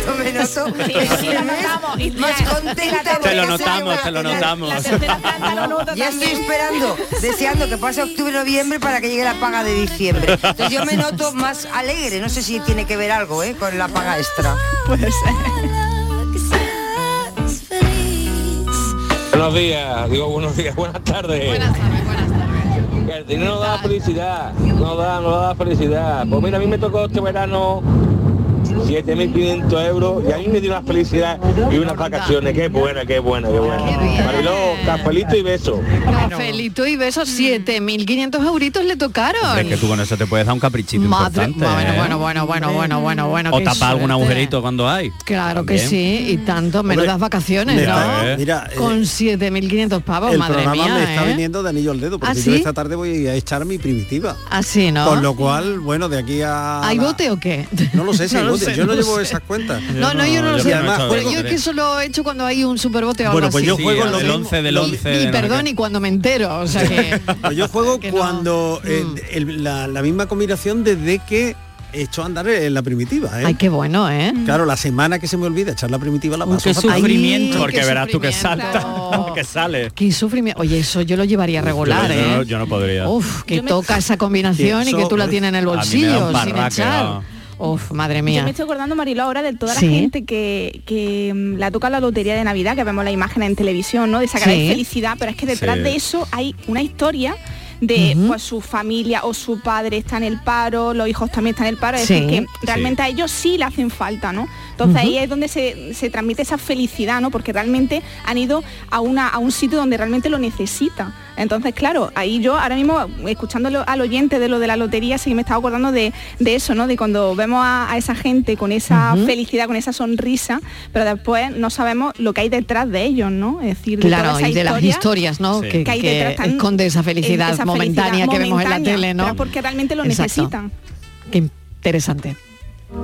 [SPEAKER 6] Yo me noto.
[SPEAKER 8] Sí, sí,
[SPEAKER 6] ese
[SPEAKER 8] lo
[SPEAKER 6] mes
[SPEAKER 8] notamos. Y
[SPEAKER 6] más
[SPEAKER 8] la-
[SPEAKER 6] contenta.
[SPEAKER 4] Te lo
[SPEAKER 6] porque ya sé
[SPEAKER 4] notamos, te lo
[SPEAKER 6] la-
[SPEAKER 4] notamos.
[SPEAKER 6] Ya estoy esperando, deseando que pase octubre, noviembre para que llegue la paga de diciembre. Entonces yo me noto más alegre. No sé si tiene que ver algo ¿eh? con la paga extra. Pues.
[SPEAKER 13] Buenos días, digo buenos días, buenas tardes. Buenas tardes, buenas tardes. El dinero no da felicidad, no da, no da felicidad. Pues mira, a mí me tocó este verano 7.500 euros y a mí me dio una felicidad y unas vacaciones. Qué buena, qué buena, qué buena. Mariló, cafelito y beso.
[SPEAKER 3] Cafelito y besos, 7.500 euritos le tocaron.
[SPEAKER 4] Es que tú con eso te puedes dar un caprichito
[SPEAKER 3] Madre-
[SPEAKER 4] importante. ¿eh?
[SPEAKER 3] Ah, Bueno, bueno, bueno, bueno, bueno, bueno.
[SPEAKER 4] o
[SPEAKER 3] qué
[SPEAKER 4] tapar algún
[SPEAKER 3] suerte.
[SPEAKER 4] agujerito cuando hay.
[SPEAKER 3] Claro que
[SPEAKER 4] También.
[SPEAKER 3] sí, y tanto, menudas
[SPEAKER 4] Hombre,
[SPEAKER 3] vacaciones,
[SPEAKER 4] mira,
[SPEAKER 3] ¿no?
[SPEAKER 4] eh.
[SPEAKER 5] Mira, eh,
[SPEAKER 3] Con 7.500 pavos,
[SPEAKER 5] el
[SPEAKER 3] madre
[SPEAKER 5] programa
[SPEAKER 3] mía,
[SPEAKER 5] me está
[SPEAKER 3] ¿eh?
[SPEAKER 5] viniendo de anillo al dedo, porque
[SPEAKER 3] ¿Ah,
[SPEAKER 5] yo
[SPEAKER 3] sí?
[SPEAKER 5] esta tarde voy a echar mi primitiva.
[SPEAKER 3] Así, ¿no?
[SPEAKER 5] Con lo cual, bueno, de aquí a...
[SPEAKER 3] ¿Hay
[SPEAKER 5] la-
[SPEAKER 3] bote o qué?
[SPEAKER 5] No lo sé si
[SPEAKER 3] No
[SPEAKER 5] hay
[SPEAKER 3] lo
[SPEAKER 5] bote,
[SPEAKER 3] sé,
[SPEAKER 5] yo no,
[SPEAKER 3] no lo
[SPEAKER 5] llevo
[SPEAKER 3] sé.
[SPEAKER 5] esas cuentas.
[SPEAKER 3] No, no, yo no lo sé.
[SPEAKER 5] Y además
[SPEAKER 3] Pero
[SPEAKER 5] juego-
[SPEAKER 3] yo es que eso lo he hecho cuando hay un superbote o algo
[SPEAKER 5] Bueno, pues
[SPEAKER 3] así.
[SPEAKER 5] yo juego en lo
[SPEAKER 4] el
[SPEAKER 5] mismo-
[SPEAKER 4] 11 del
[SPEAKER 5] lo-
[SPEAKER 4] 11
[SPEAKER 3] Y perdón, y cuando me entero, o sea que... Mm.
[SPEAKER 5] Pues yo juego cuando eh, el- la, la misma combinación desde que he hecho andar en la primitiva. ¿eh?
[SPEAKER 3] Ay, qué bueno, ¿eh?
[SPEAKER 5] Claro, la semana que se me olvida echar la primitiva la paso fatal.
[SPEAKER 4] Porque verás tú que salta, que sale.
[SPEAKER 3] Qué sufrimiento. Oye, eso yo lo llevaría regular,
[SPEAKER 4] yo,
[SPEAKER 3] ¿eh?
[SPEAKER 4] no, yo no podría.
[SPEAKER 3] Uf, que toca esa combinación y
[SPEAKER 4] Eso-
[SPEAKER 3] que tú la tienes en el
[SPEAKER 4] A mí me da un
[SPEAKER 3] bolsillo sin
[SPEAKER 4] barraque,
[SPEAKER 3] echar.
[SPEAKER 4] vamos.
[SPEAKER 3] Uf, madre
[SPEAKER 8] Yo
[SPEAKER 3] mía.
[SPEAKER 8] me estoy acordando, Marilo, ahora de toda la
[SPEAKER 3] Sí.
[SPEAKER 8] gente que, que mm, le ha tocado la lotería de Navidad, que vemos la imagen en televisión, ¿no? De esa cara de
[SPEAKER 3] Sí.
[SPEAKER 8] felicidad, pero es que detrás
[SPEAKER 3] Sí.
[SPEAKER 8] de eso hay una historia de pues, su familia o su padre está en el paro, los hijos también están en el paro, es
[SPEAKER 3] Sí.
[SPEAKER 8] decir, que
[SPEAKER 3] Sí.
[SPEAKER 8] realmente a ellos sí le hacen falta, ¿no? Entonces ahí
[SPEAKER 3] Ujú.
[SPEAKER 8] es donde se, se transmite esa felicidad, ¿no? Porque realmente han ido a, una, a un sitio donde realmente lo necesita. Entonces, claro, ahí yo ahora mismo, escuchándolo al oyente de lo de la lotería, sí que me estaba acordando de, de eso, ¿no? De cuando vemos a, a esa gente con esa
[SPEAKER 3] Ujú.
[SPEAKER 8] felicidad, con esa sonrisa, pero después no sabemos lo que hay detrás de ellos, ¿no? Es decir, de
[SPEAKER 3] Claro,
[SPEAKER 8] toda esa
[SPEAKER 3] y de las
[SPEAKER 8] historia
[SPEAKER 3] historias, ¿no? Que,
[SPEAKER 8] que hay
[SPEAKER 3] que
[SPEAKER 8] detrás tan-
[SPEAKER 3] esconde esa felicidad,
[SPEAKER 8] esa
[SPEAKER 3] momentánea que vemos en la
[SPEAKER 8] momentánea,
[SPEAKER 3] tele, ¿no?
[SPEAKER 8] pero porque realmente lo
[SPEAKER 3] Exacto.
[SPEAKER 8] necesitan.
[SPEAKER 3] Qué interesante.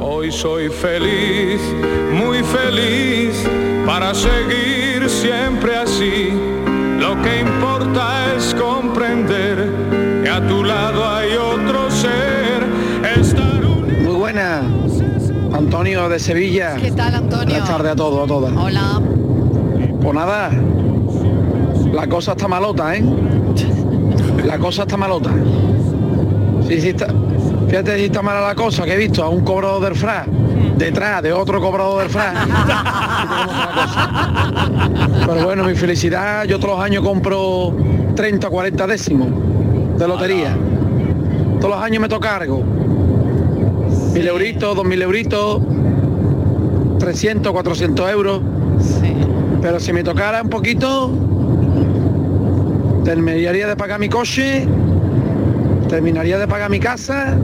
[SPEAKER 26] Hoy soy feliz, muy feliz, para seguir siempre así. Lo que importa es comprender que a tu lado hay otro ser. Estar
[SPEAKER 12] Muy buena, Antonio de Sevilla.
[SPEAKER 3] ¿Qué tal, Antonio?
[SPEAKER 12] Buenas tardes a todos, a todas.
[SPEAKER 3] Hola.
[SPEAKER 12] Pues nada, la cosa está malota, ¿eh? La cosa está malota. Sí, sí, está- Fíjate si está mala la cosa, que he visto a un cobrador del FRA detrás de otro cobrador del FRA. Pero bueno, mi felicidad, yo todos los años compro 30 o 40 décimos de lotería. Todos los años me toca algo. Mil euritos, dos mil euritos, 300, 400 euros. Pero si me tocara un poquito, terminaría de pagar mi coche, terminaría de pagar mi casa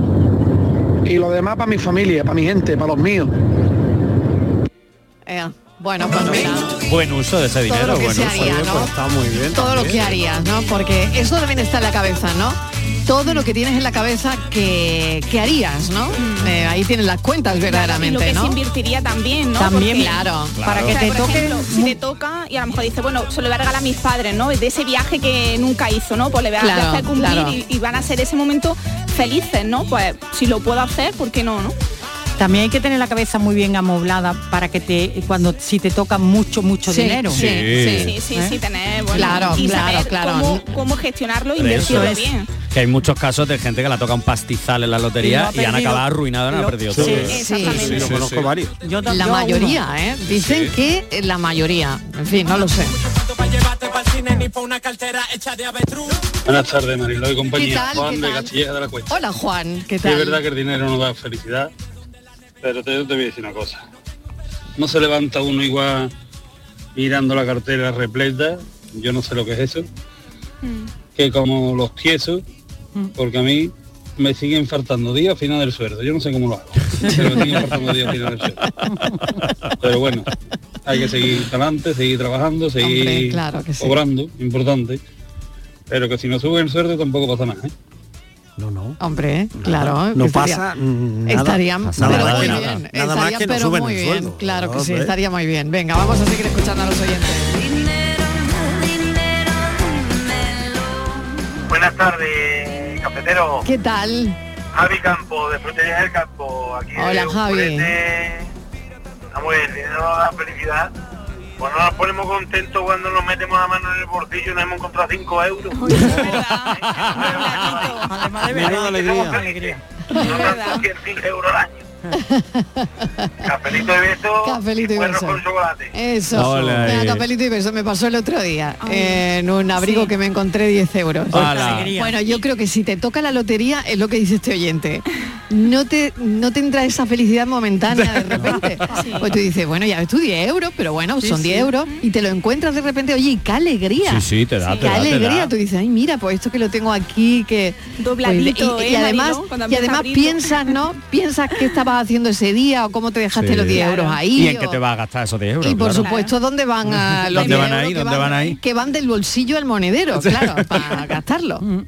[SPEAKER 12] y lo demás para mi familia, para mi gente, para los míos.
[SPEAKER 3] Eh, bueno, pues mira.
[SPEAKER 4] Buen uso de ese
[SPEAKER 3] Todo
[SPEAKER 4] dinero,
[SPEAKER 3] lo que
[SPEAKER 4] buen
[SPEAKER 3] se
[SPEAKER 4] uso.
[SPEAKER 3] haría, ¿no?
[SPEAKER 4] Pues está muy bien
[SPEAKER 3] todo lo
[SPEAKER 4] también.
[SPEAKER 3] que harías, ¿no? Porque eso también está en la cabeza, ¿no? Todo lo que tienes en la cabeza que, que harías, ¿no? Eh, ahí tienes las cuentas
[SPEAKER 8] Mm. Y lo
[SPEAKER 3] verdaderamente,
[SPEAKER 8] que se
[SPEAKER 3] ¿no?
[SPEAKER 8] invertiría también, ¿no?
[SPEAKER 3] También, claro.
[SPEAKER 8] Para
[SPEAKER 3] Claro.
[SPEAKER 8] que te
[SPEAKER 3] Por
[SPEAKER 8] toque.
[SPEAKER 3] ejemplo,
[SPEAKER 8] si te toca y a lo mejor dice, bueno, se lo voy a regalar a mis padres, ¿no? De ese viaje que nunca hizo, ¿no? Pues le voy a
[SPEAKER 3] Claro,
[SPEAKER 8] hacer cumplir
[SPEAKER 3] claro.
[SPEAKER 8] y, y van a ser ese momento felices, ¿no? Pues si lo puedo hacer, ¿por qué no, no?
[SPEAKER 7] También hay que tener la cabeza muy bien amoblada para que te cuando si te toca mucho mucho
[SPEAKER 8] Sí,
[SPEAKER 7] dinero.
[SPEAKER 8] sí, sí, sí, sí,
[SPEAKER 7] ¿Eh?
[SPEAKER 8] sí, tener, bueno,
[SPEAKER 7] Claro,
[SPEAKER 8] y
[SPEAKER 7] claro,
[SPEAKER 8] saber
[SPEAKER 7] claro.
[SPEAKER 8] Cómo, cómo gestionarlo e
[SPEAKER 4] Pero eso
[SPEAKER 8] invertirlo
[SPEAKER 4] es.
[SPEAKER 8] bien.
[SPEAKER 4] Que hay muchos casos de gente que la toca un pastizal en la lotería y,
[SPEAKER 8] Y lo ha
[SPEAKER 4] han
[SPEAKER 8] perdido.
[SPEAKER 4] acabado arruinados, han
[SPEAKER 8] Lo-
[SPEAKER 4] perdido
[SPEAKER 8] Sí,
[SPEAKER 4] todo.
[SPEAKER 3] exactamente.
[SPEAKER 5] Sí, yo conozco varios.
[SPEAKER 7] Yo
[SPEAKER 5] tam-
[SPEAKER 3] la
[SPEAKER 5] yo
[SPEAKER 3] mayoría,
[SPEAKER 5] uno.
[SPEAKER 3] ¿eh? Dicen que la mayoría. En fin, no lo sé.
[SPEAKER 26] Buenas tardes, Mariló y compañía.
[SPEAKER 3] ¿Qué tal?
[SPEAKER 26] Juan
[SPEAKER 3] ¿Qué
[SPEAKER 26] de
[SPEAKER 3] tal?
[SPEAKER 26] Castilleja de la Cuesta.
[SPEAKER 3] Hola Juan, ¿qué
[SPEAKER 26] Sí,
[SPEAKER 3] tal?
[SPEAKER 26] Es verdad que el dinero no da felicidad, pero te, yo te voy a decir una cosa. No se levanta uno igual mirando la cartera repleta, yo no sé lo que es eso, que como los tiesos,
[SPEAKER 3] Mm.
[SPEAKER 26] porque a mí me siguen faltando días al final del sueldo. Yo no sé cómo lo hago, pero me siguen faltando días al final del sueldo. Pero bueno, hay que seguir adelante, seguir trabajando, seguir
[SPEAKER 3] Hombre, claro que sí.
[SPEAKER 26] obrando, importante. Pero que si no suben el sueldo tampoco pasa nada. ¿eh?
[SPEAKER 3] Hombre, ¿eh? claro.
[SPEAKER 26] No
[SPEAKER 3] que estaría-
[SPEAKER 26] pasa, mm, nada.
[SPEAKER 3] Estaría
[SPEAKER 26] Nada
[SPEAKER 3] pero
[SPEAKER 26] más
[SPEAKER 3] muy
[SPEAKER 26] que
[SPEAKER 3] bien.
[SPEAKER 26] nada.
[SPEAKER 3] Estaría
[SPEAKER 26] Nada más que no
[SPEAKER 3] pero
[SPEAKER 26] suben
[SPEAKER 3] muy
[SPEAKER 26] el
[SPEAKER 3] bien.
[SPEAKER 26] sueldo.
[SPEAKER 3] Claro que sí,
[SPEAKER 26] Hombre.
[SPEAKER 3] estaría muy bien. Venga, vamos a seguir escuchando a los oyentes.
[SPEAKER 13] Buenas tardes, cafetero.
[SPEAKER 3] ¿Qué tal?
[SPEAKER 13] Javi Campo, de Fruterías del Campo. Aquí
[SPEAKER 3] Hola,
[SPEAKER 13] de un
[SPEAKER 3] Javi.
[SPEAKER 13] purete. Vamos, el dinero no da felicidad. Pues no nos ponemos contentos cuando nos metemos la mano en el bolsillo y nos hemos encontrado 5 euros.
[SPEAKER 7] Además
[SPEAKER 13] de verdad.
[SPEAKER 5] Menuda alegría.
[SPEAKER 13] No tanto que 5 euros al año. Cafelito de beso.
[SPEAKER 3] Cafelito y beso.
[SPEAKER 13] con chocolate.
[SPEAKER 3] Eso.
[SPEAKER 13] Hola,
[SPEAKER 3] Mira,
[SPEAKER 13] eh.
[SPEAKER 3] Capelito y beso. Me pasó el otro día eh, en un abrigo que me encontré 10 euros.
[SPEAKER 13] Hola. Alegría.
[SPEAKER 3] Bueno, yo creo que si te toca la lotería es lo que dice este oyente. No te, no te entra esa felicidad momentánea de repente. Pues tú dices, bueno, ya ves tú 10 euros, pero bueno,
[SPEAKER 4] Sí,
[SPEAKER 3] son
[SPEAKER 4] sí.
[SPEAKER 3] 10 euros y te lo encuentras de repente, oye, y qué alegría.
[SPEAKER 4] Sí, sí, te da, te
[SPEAKER 3] Qué
[SPEAKER 4] da, te
[SPEAKER 3] alegría.
[SPEAKER 4] da.
[SPEAKER 3] Tú dices, ay, mira, pues esto que lo tengo aquí, que.
[SPEAKER 8] Dobladito,
[SPEAKER 3] Pues, y, y
[SPEAKER 8] ¿eh,
[SPEAKER 3] además,
[SPEAKER 8] Mariló?
[SPEAKER 3] y
[SPEAKER 8] Cuando empieza a
[SPEAKER 3] además
[SPEAKER 8] abrirlo.
[SPEAKER 3] piensas, ¿no? Piensas qué estabas haciendo ese día o cómo te dejaste
[SPEAKER 4] Sí.
[SPEAKER 3] los 10 euros ahí.
[SPEAKER 4] ¿Y en qué
[SPEAKER 3] o-
[SPEAKER 4] te vas a gastar esos 10 euros?
[SPEAKER 3] y por
[SPEAKER 4] Claro.
[SPEAKER 3] supuesto, ¿dónde van a los
[SPEAKER 4] ¿Dónde van
[SPEAKER 3] 10
[SPEAKER 4] ahí?
[SPEAKER 3] euros que
[SPEAKER 4] ¿Dónde van ahí?
[SPEAKER 3] Que van del bolsillo al monedero, claro, para gastarlo.
[SPEAKER 4] Mm.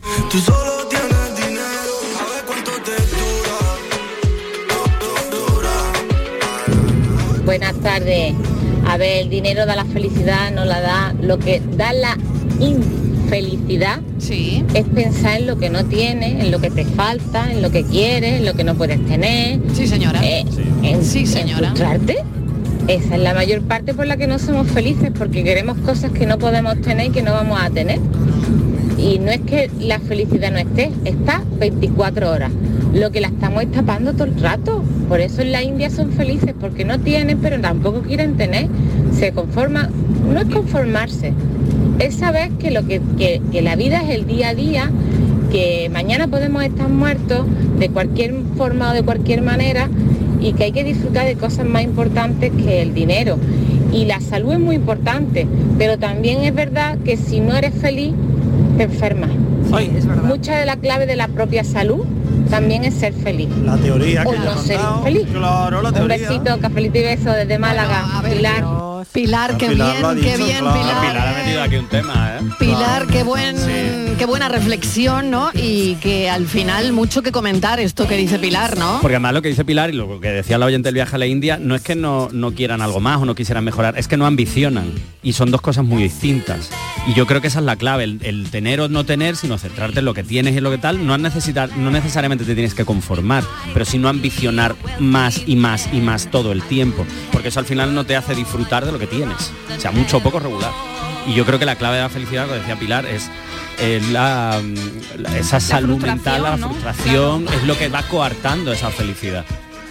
[SPEAKER 11] Buenas tardes. A ver, el dinero da la felicidad, no la da. Lo que da la infelicidad es pensar en lo que no tienes, en lo que te falta, en lo que quieres, en lo que no puedes tener. Eh,
[SPEAKER 3] Sí, señora.
[SPEAKER 11] En, sí, señora. Esa es la mayor parte por la que no somos felices, porque queremos cosas que no podemos tener y que no vamos a tener. Y no es que la felicidad no esté, está 24 horas. Lo que la estamos es tapando todo el rato. Por eso en la India son felices, porque no tienen, pero tampoco quieren tener. Se conforman, no es conformarse, es saber que, lo que, que- que la vida es el día a día, que mañana podemos estar muertos de cualquier forma o de cualquier manera y que hay que disfrutar de cosas más importantes que el dinero. Y la salud es muy importante, pero también es verdad que si no eres feliz, te enfermas. Mucha de la clave de la propia salud también es ser feliz. La
[SPEAKER 5] teoría que
[SPEAKER 11] o
[SPEAKER 5] yo he
[SPEAKER 11] no ser
[SPEAKER 5] contado.
[SPEAKER 11] infeliz.
[SPEAKER 5] Claro, la teoría.
[SPEAKER 11] Un besito, cafelito y beso desde Málaga. Pilar.
[SPEAKER 3] Pilar, qué bien, qué bien, Pilar.
[SPEAKER 4] Pilar ha metido aquí un tema, ¿eh?
[SPEAKER 3] Pilar, qué buen, qué buena reflexión, ¿no? Y que al final mucho que comentar esto que dice Pilar, ¿no?
[SPEAKER 4] Porque además lo que dice Pilar y lo que decía la oyente del viaje a la India, no es que no, no quieran algo más o no quisieran mejorar, es que no ambicionan. Y son dos cosas muy distintas. Y yo creo que esa es la clave, el, el tener o no tener, sino centrarte en lo que tienes y en lo que tal. No, has necesitar, no necesariamente te tienes que conformar, pero sino ambicionar más y más y más todo el tiempo. Porque eso al final no te hace disfrutar de lo que tienes. O sea, mucho o poco regular. Y yo creo que la clave de la felicidad, como decía Pilar, es eh, la, la- esa salud mental, la frustración, es lo que va coartando esa felicidad.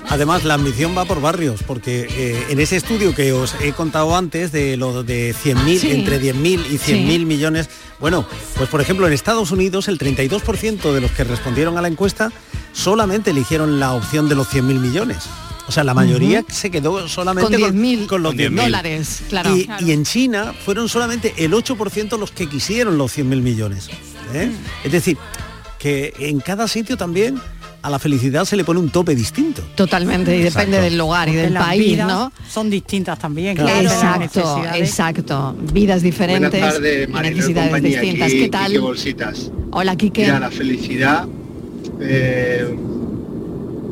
[SPEAKER 5] Además, la ambición va por barrios, porque eh, en ese estudio que os he contado antes de lo de 100.000,
[SPEAKER 30] Sí.
[SPEAKER 5] entre 10.000 y 100.000
[SPEAKER 30] Sí.
[SPEAKER 5] millones, bueno, pues por ejemplo en Estados Unidos el 32% de los que respondieron a la encuesta solamente eligieron la opción de los 100.000 millones. O sea, la mayoría
[SPEAKER 3] Ujú.
[SPEAKER 5] se quedó
[SPEAKER 3] Con
[SPEAKER 5] solamente con, con los 10.000
[SPEAKER 3] dólares, claro.
[SPEAKER 5] Y,
[SPEAKER 3] Claro.
[SPEAKER 5] y en China fueron solamente el 8% los que quisieron los 100.000 millones. ¿eh?
[SPEAKER 3] Mm.
[SPEAKER 5] Es decir, que en cada sitio también a la felicidad se le pone un tope distinto.
[SPEAKER 3] Totalmente, y depende del lugar y
[SPEAKER 7] Porque
[SPEAKER 3] del
[SPEAKER 7] las
[SPEAKER 3] país,
[SPEAKER 7] vidas
[SPEAKER 3] ¿no?
[SPEAKER 7] Son distintas también.
[SPEAKER 3] Claro.
[SPEAKER 7] depende de las
[SPEAKER 3] Exacto,
[SPEAKER 7] necesidades.
[SPEAKER 3] exacto. Vidas diferentes,
[SPEAKER 31] Buenas tardes,
[SPEAKER 3] y
[SPEAKER 31] Mariló y
[SPEAKER 3] necesidades
[SPEAKER 31] compañía.
[SPEAKER 3] distintas.
[SPEAKER 31] Aquí,
[SPEAKER 3] ¿Qué tal?
[SPEAKER 31] Quique Bolsitas.
[SPEAKER 3] Hola, Quique.
[SPEAKER 31] Mira, la felicidad eh,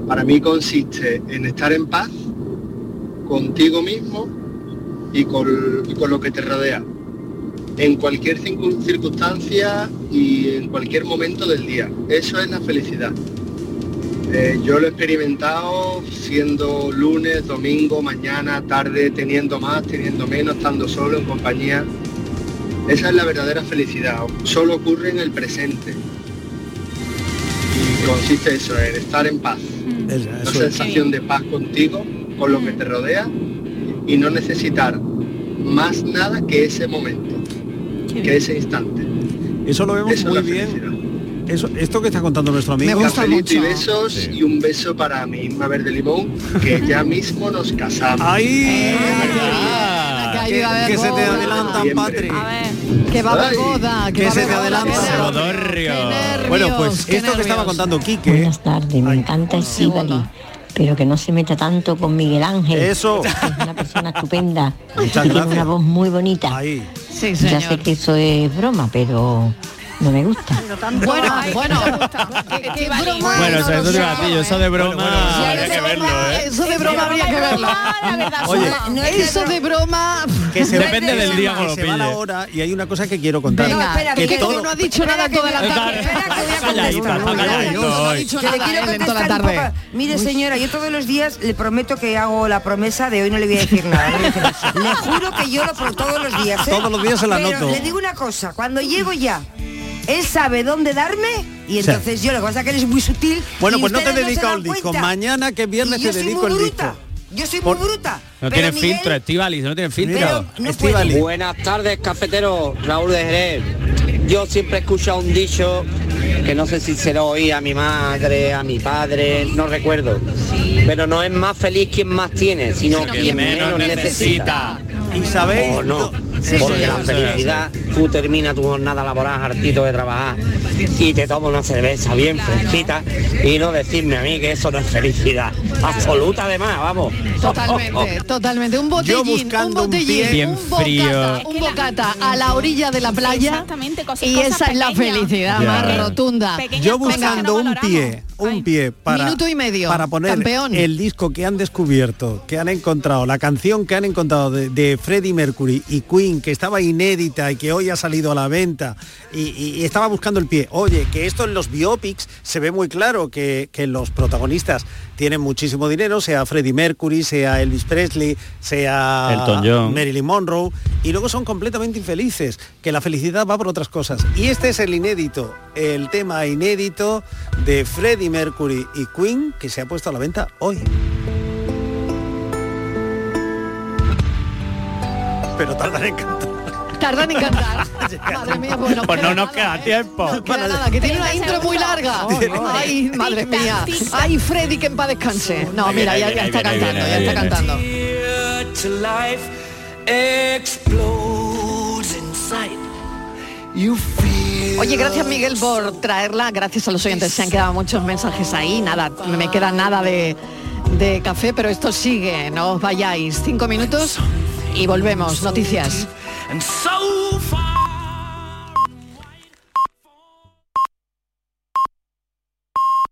[SPEAKER 31] para mí consiste en estar en paz contigo mismo y con, y con lo que te rodea. En cualquier circun- circunstancia y en cualquier momento del día. Eso es la felicidad. Eh, yo lo he experimentado siendo lunes, domingo, mañana, tarde, teniendo más, teniendo menos, estando solo, en compañía. Esa es la verdadera felicidad. Solo ocurre en el presente. Y consiste eso, en estar en paz. Una sensación de paz contigo, con lo que te rodea y no necesitar más nada que ese momento, que ese instante.
[SPEAKER 5] Eso lo vemos
[SPEAKER 31] Eso es
[SPEAKER 5] muy
[SPEAKER 31] la
[SPEAKER 5] bien. Eso, esto que está contando nuestro amigo.
[SPEAKER 31] Cafelito y besos y un beso para mi Inma Verde Limón, que ya mismo nos casamos.
[SPEAKER 5] ¡Ay!
[SPEAKER 3] Que, iba a haber
[SPEAKER 5] que se te
[SPEAKER 3] boda.
[SPEAKER 5] adelantan, Patri.
[SPEAKER 3] Que va a haber boda, que, va
[SPEAKER 5] Que
[SPEAKER 3] a
[SPEAKER 5] se
[SPEAKER 3] haber
[SPEAKER 5] te
[SPEAKER 3] boda.
[SPEAKER 5] adelantan. Bueno, pues esto que estaba contando Quique.
[SPEAKER 15] Buenas tardes, me encanta Estíbali, pero que no se meta tanto con Miguel Ángel.
[SPEAKER 5] Eso.
[SPEAKER 15] que Es una persona estupenda. y
[SPEAKER 5] Muchas
[SPEAKER 15] tiene
[SPEAKER 5] gracias.
[SPEAKER 15] una voz muy bonita.
[SPEAKER 3] Sí,
[SPEAKER 15] Ya sé que eso es broma, pero no me gusta.
[SPEAKER 3] Bueno, bueno. que- que broma,
[SPEAKER 4] Bueno, eso,
[SPEAKER 3] no
[SPEAKER 4] eso
[SPEAKER 3] lo
[SPEAKER 4] te
[SPEAKER 3] sé.
[SPEAKER 4] iba a decir, yo eso de broma habría Ah, que verlo, ¿eh?
[SPEAKER 3] Eso de broma habría que verlo.
[SPEAKER 5] Oye.
[SPEAKER 3] No, eso de broma.
[SPEAKER 5] Que se
[SPEAKER 4] Depende
[SPEAKER 5] que
[SPEAKER 4] del
[SPEAKER 5] se-
[SPEAKER 4] día
[SPEAKER 5] que
[SPEAKER 4] que lo
[SPEAKER 5] se va la
[SPEAKER 4] pille.
[SPEAKER 5] hora y hay una cosa que quiero contar.
[SPEAKER 3] Venga, espera,
[SPEAKER 5] que
[SPEAKER 3] que
[SPEAKER 5] todo-
[SPEAKER 3] no ha dicho nada toda la tarde.
[SPEAKER 4] No ha dicho
[SPEAKER 6] Que le
[SPEAKER 3] nada,
[SPEAKER 6] quiero
[SPEAKER 3] Ellen,
[SPEAKER 6] contestar
[SPEAKER 3] toda la
[SPEAKER 6] un
[SPEAKER 3] tarde.
[SPEAKER 6] poco. Mire señora, yo todos los días le prometo que hago la promesa de hoy no le voy a decir nada. no le voy a decir nada. Le juro que yo lo pro- todos los días. ¿eh?
[SPEAKER 5] Todos los días se la
[SPEAKER 6] Pero
[SPEAKER 5] noto.
[SPEAKER 6] Le digo una cosa, cuando llego ya, él sabe dónde darme y
[SPEAKER 5] Sí.
[SPEAKER 6] entonces yo lo que pasa es que él es muy sutil.
[SPEAKER 5] Bueno,
[SPEAKER 6] y
[SPEAKER 5] pues no te
[SPEAKER 6] ustedes se
[SPEAKER 5] dedico
[SPEAKER 6] dan
[SPEAKER 5] el disco.
[SPEAKER 6] cuenta.
[SPEAKER 5] Mañana que es viernes
[SPEAKER 6] Y yo
[SPEAKER 5] te
[SPEAKER 6] soy
[SPEAKER 5] dedico
[SPEAKER 6] muy
[SPEAKER 5] el
[SPEAKER 6] bruta.
[SPEAKER 5] disco.
[SPEAKER 6] Yo soy
[SPEAKER 5] Por-
[SPEAKER 6] muy bruta.
[SPEAKER 4] No
[SPEAKER 6] pero
[SPEAKER 4] tiene
[SPEAKER 6] Miguel-
[SPEAKER 4] filtro, Estivalis, no tiene filtro.
[SPEAKER 13] Buenas tardes, cafetero. Raúl de Jerez. Yo siempre he escuchado un dicho que no sé si se lo oí a mi madre, a mi padre, no recuerdo. Pero no es más feliz quien más tiene, sino
[SPEAKER 4] Sino
[SPEAKER 13] quien menos necesita.
[SPEAKER 5] ¿Y sabéis?
[SPEAKER 13] O no.
[SPEAKER 5] Sí,
[SPEAKER 13] Porque
[SPEAKER 5] sí,
[SPEAKER 13] la
[SPEAKER 5] sí,
[SPEAKER 13] felicidad, tú terminas tu jornada laboral hartito de trabajar y te tomas una cerveza bien fresquita y no decirme a mí que eso no es felicidad. Absoluta además, vamos.
[SPEAKER 3] Totalmente, totalmente. Un botellín, un
[SPEAKER 13] buscando un
[SPEAKER 3] botellín,
[SPEAKER 13] pie bien
[SPEAKER 3] un bocata,
[SPEAKER 13] frío.
[SPEAKER 3] un bocata a la orilla de la playa.
[SPEAKER 8] Exactamente, cosas-
[SPEAKER 3] y
[SPEAKER 8] cosas
[SPEAKER 3] esa es la
[SPEAKER 8] pequeñas.
[SPEAKER 3] felicidad
[SPEAKER 5] Ya.
[SPEAKER 3] más rotunda.
[SPEAKER 5] Yo buscando un pie, un pie para
[SPEAKER 3] Minuto y medio,
[SPEAKER 5] para poner
[SPEAKER 3] campeón.
[SPEAKER 5] el disco que han descubierto, que han encontrado, la canción que han encontrado de, de Freddie Mercury y Queen que estaba inédita y que hoy ha salido a la venta y, y- y estaba buscando el pie. Oye, que esto en los biopics se ve muy claro que, que los protagonistas tienen muchísimo dinero, sea Freddie Mercury, sea Elvis Presley, sea
[SPEAKER 4] Elton John.
[SPEAKER 5] Marilyn Monroe y luego son completamente infelices, que la felicidad va por otras cosas. Y este es el inédito, el tema inédito de Freddie Mercury y Queen que se ha puesto a la venta hoy. Pero tardan en cantar.
[SPEAKER 3] Tardan en cantar. madre mía, bueno.
[SPEAKER 4] Pues no nos queda tiempo.
[SPEAKER 3] Para nada, que tiene una
[SPEAKER 4] 30
[SPEAKER 3] intro muy larga.
[SPEAKER 4] segundos. No, no.
[SPEAKER 3] Ay, madre mía. Ay, Freddy, que en paz descanse. No,
[SPEAKER 4] Ahí viene,
[SPEAKER 3] mira, ya,
[SPEAKER 4] ahí
[SPEAKER 3] ya
[SPEAKER 4] viene,
[SPEAKER 3] está
[SPEAKER 4] ahí viene,
[SPEAKER 3] cantando, ya
[SPEAKER 4] ahí
[SPEAKER 3] está
[SPEAKER 4] viene.
[SPEAKER 3] cantando.
[SPEAKER 32] Dear to life explodes inside. You feel
[SPEAKER 3] Oye, gracias Miguel por traerla, gracias a los oyentes, se han quedado muchos mensajes ahí, nada, no me queda nada de, de café, pero esto sigue, no os vayáis, cinco minutos y volvemos, noticias.
[SPEAKER 32] and so far.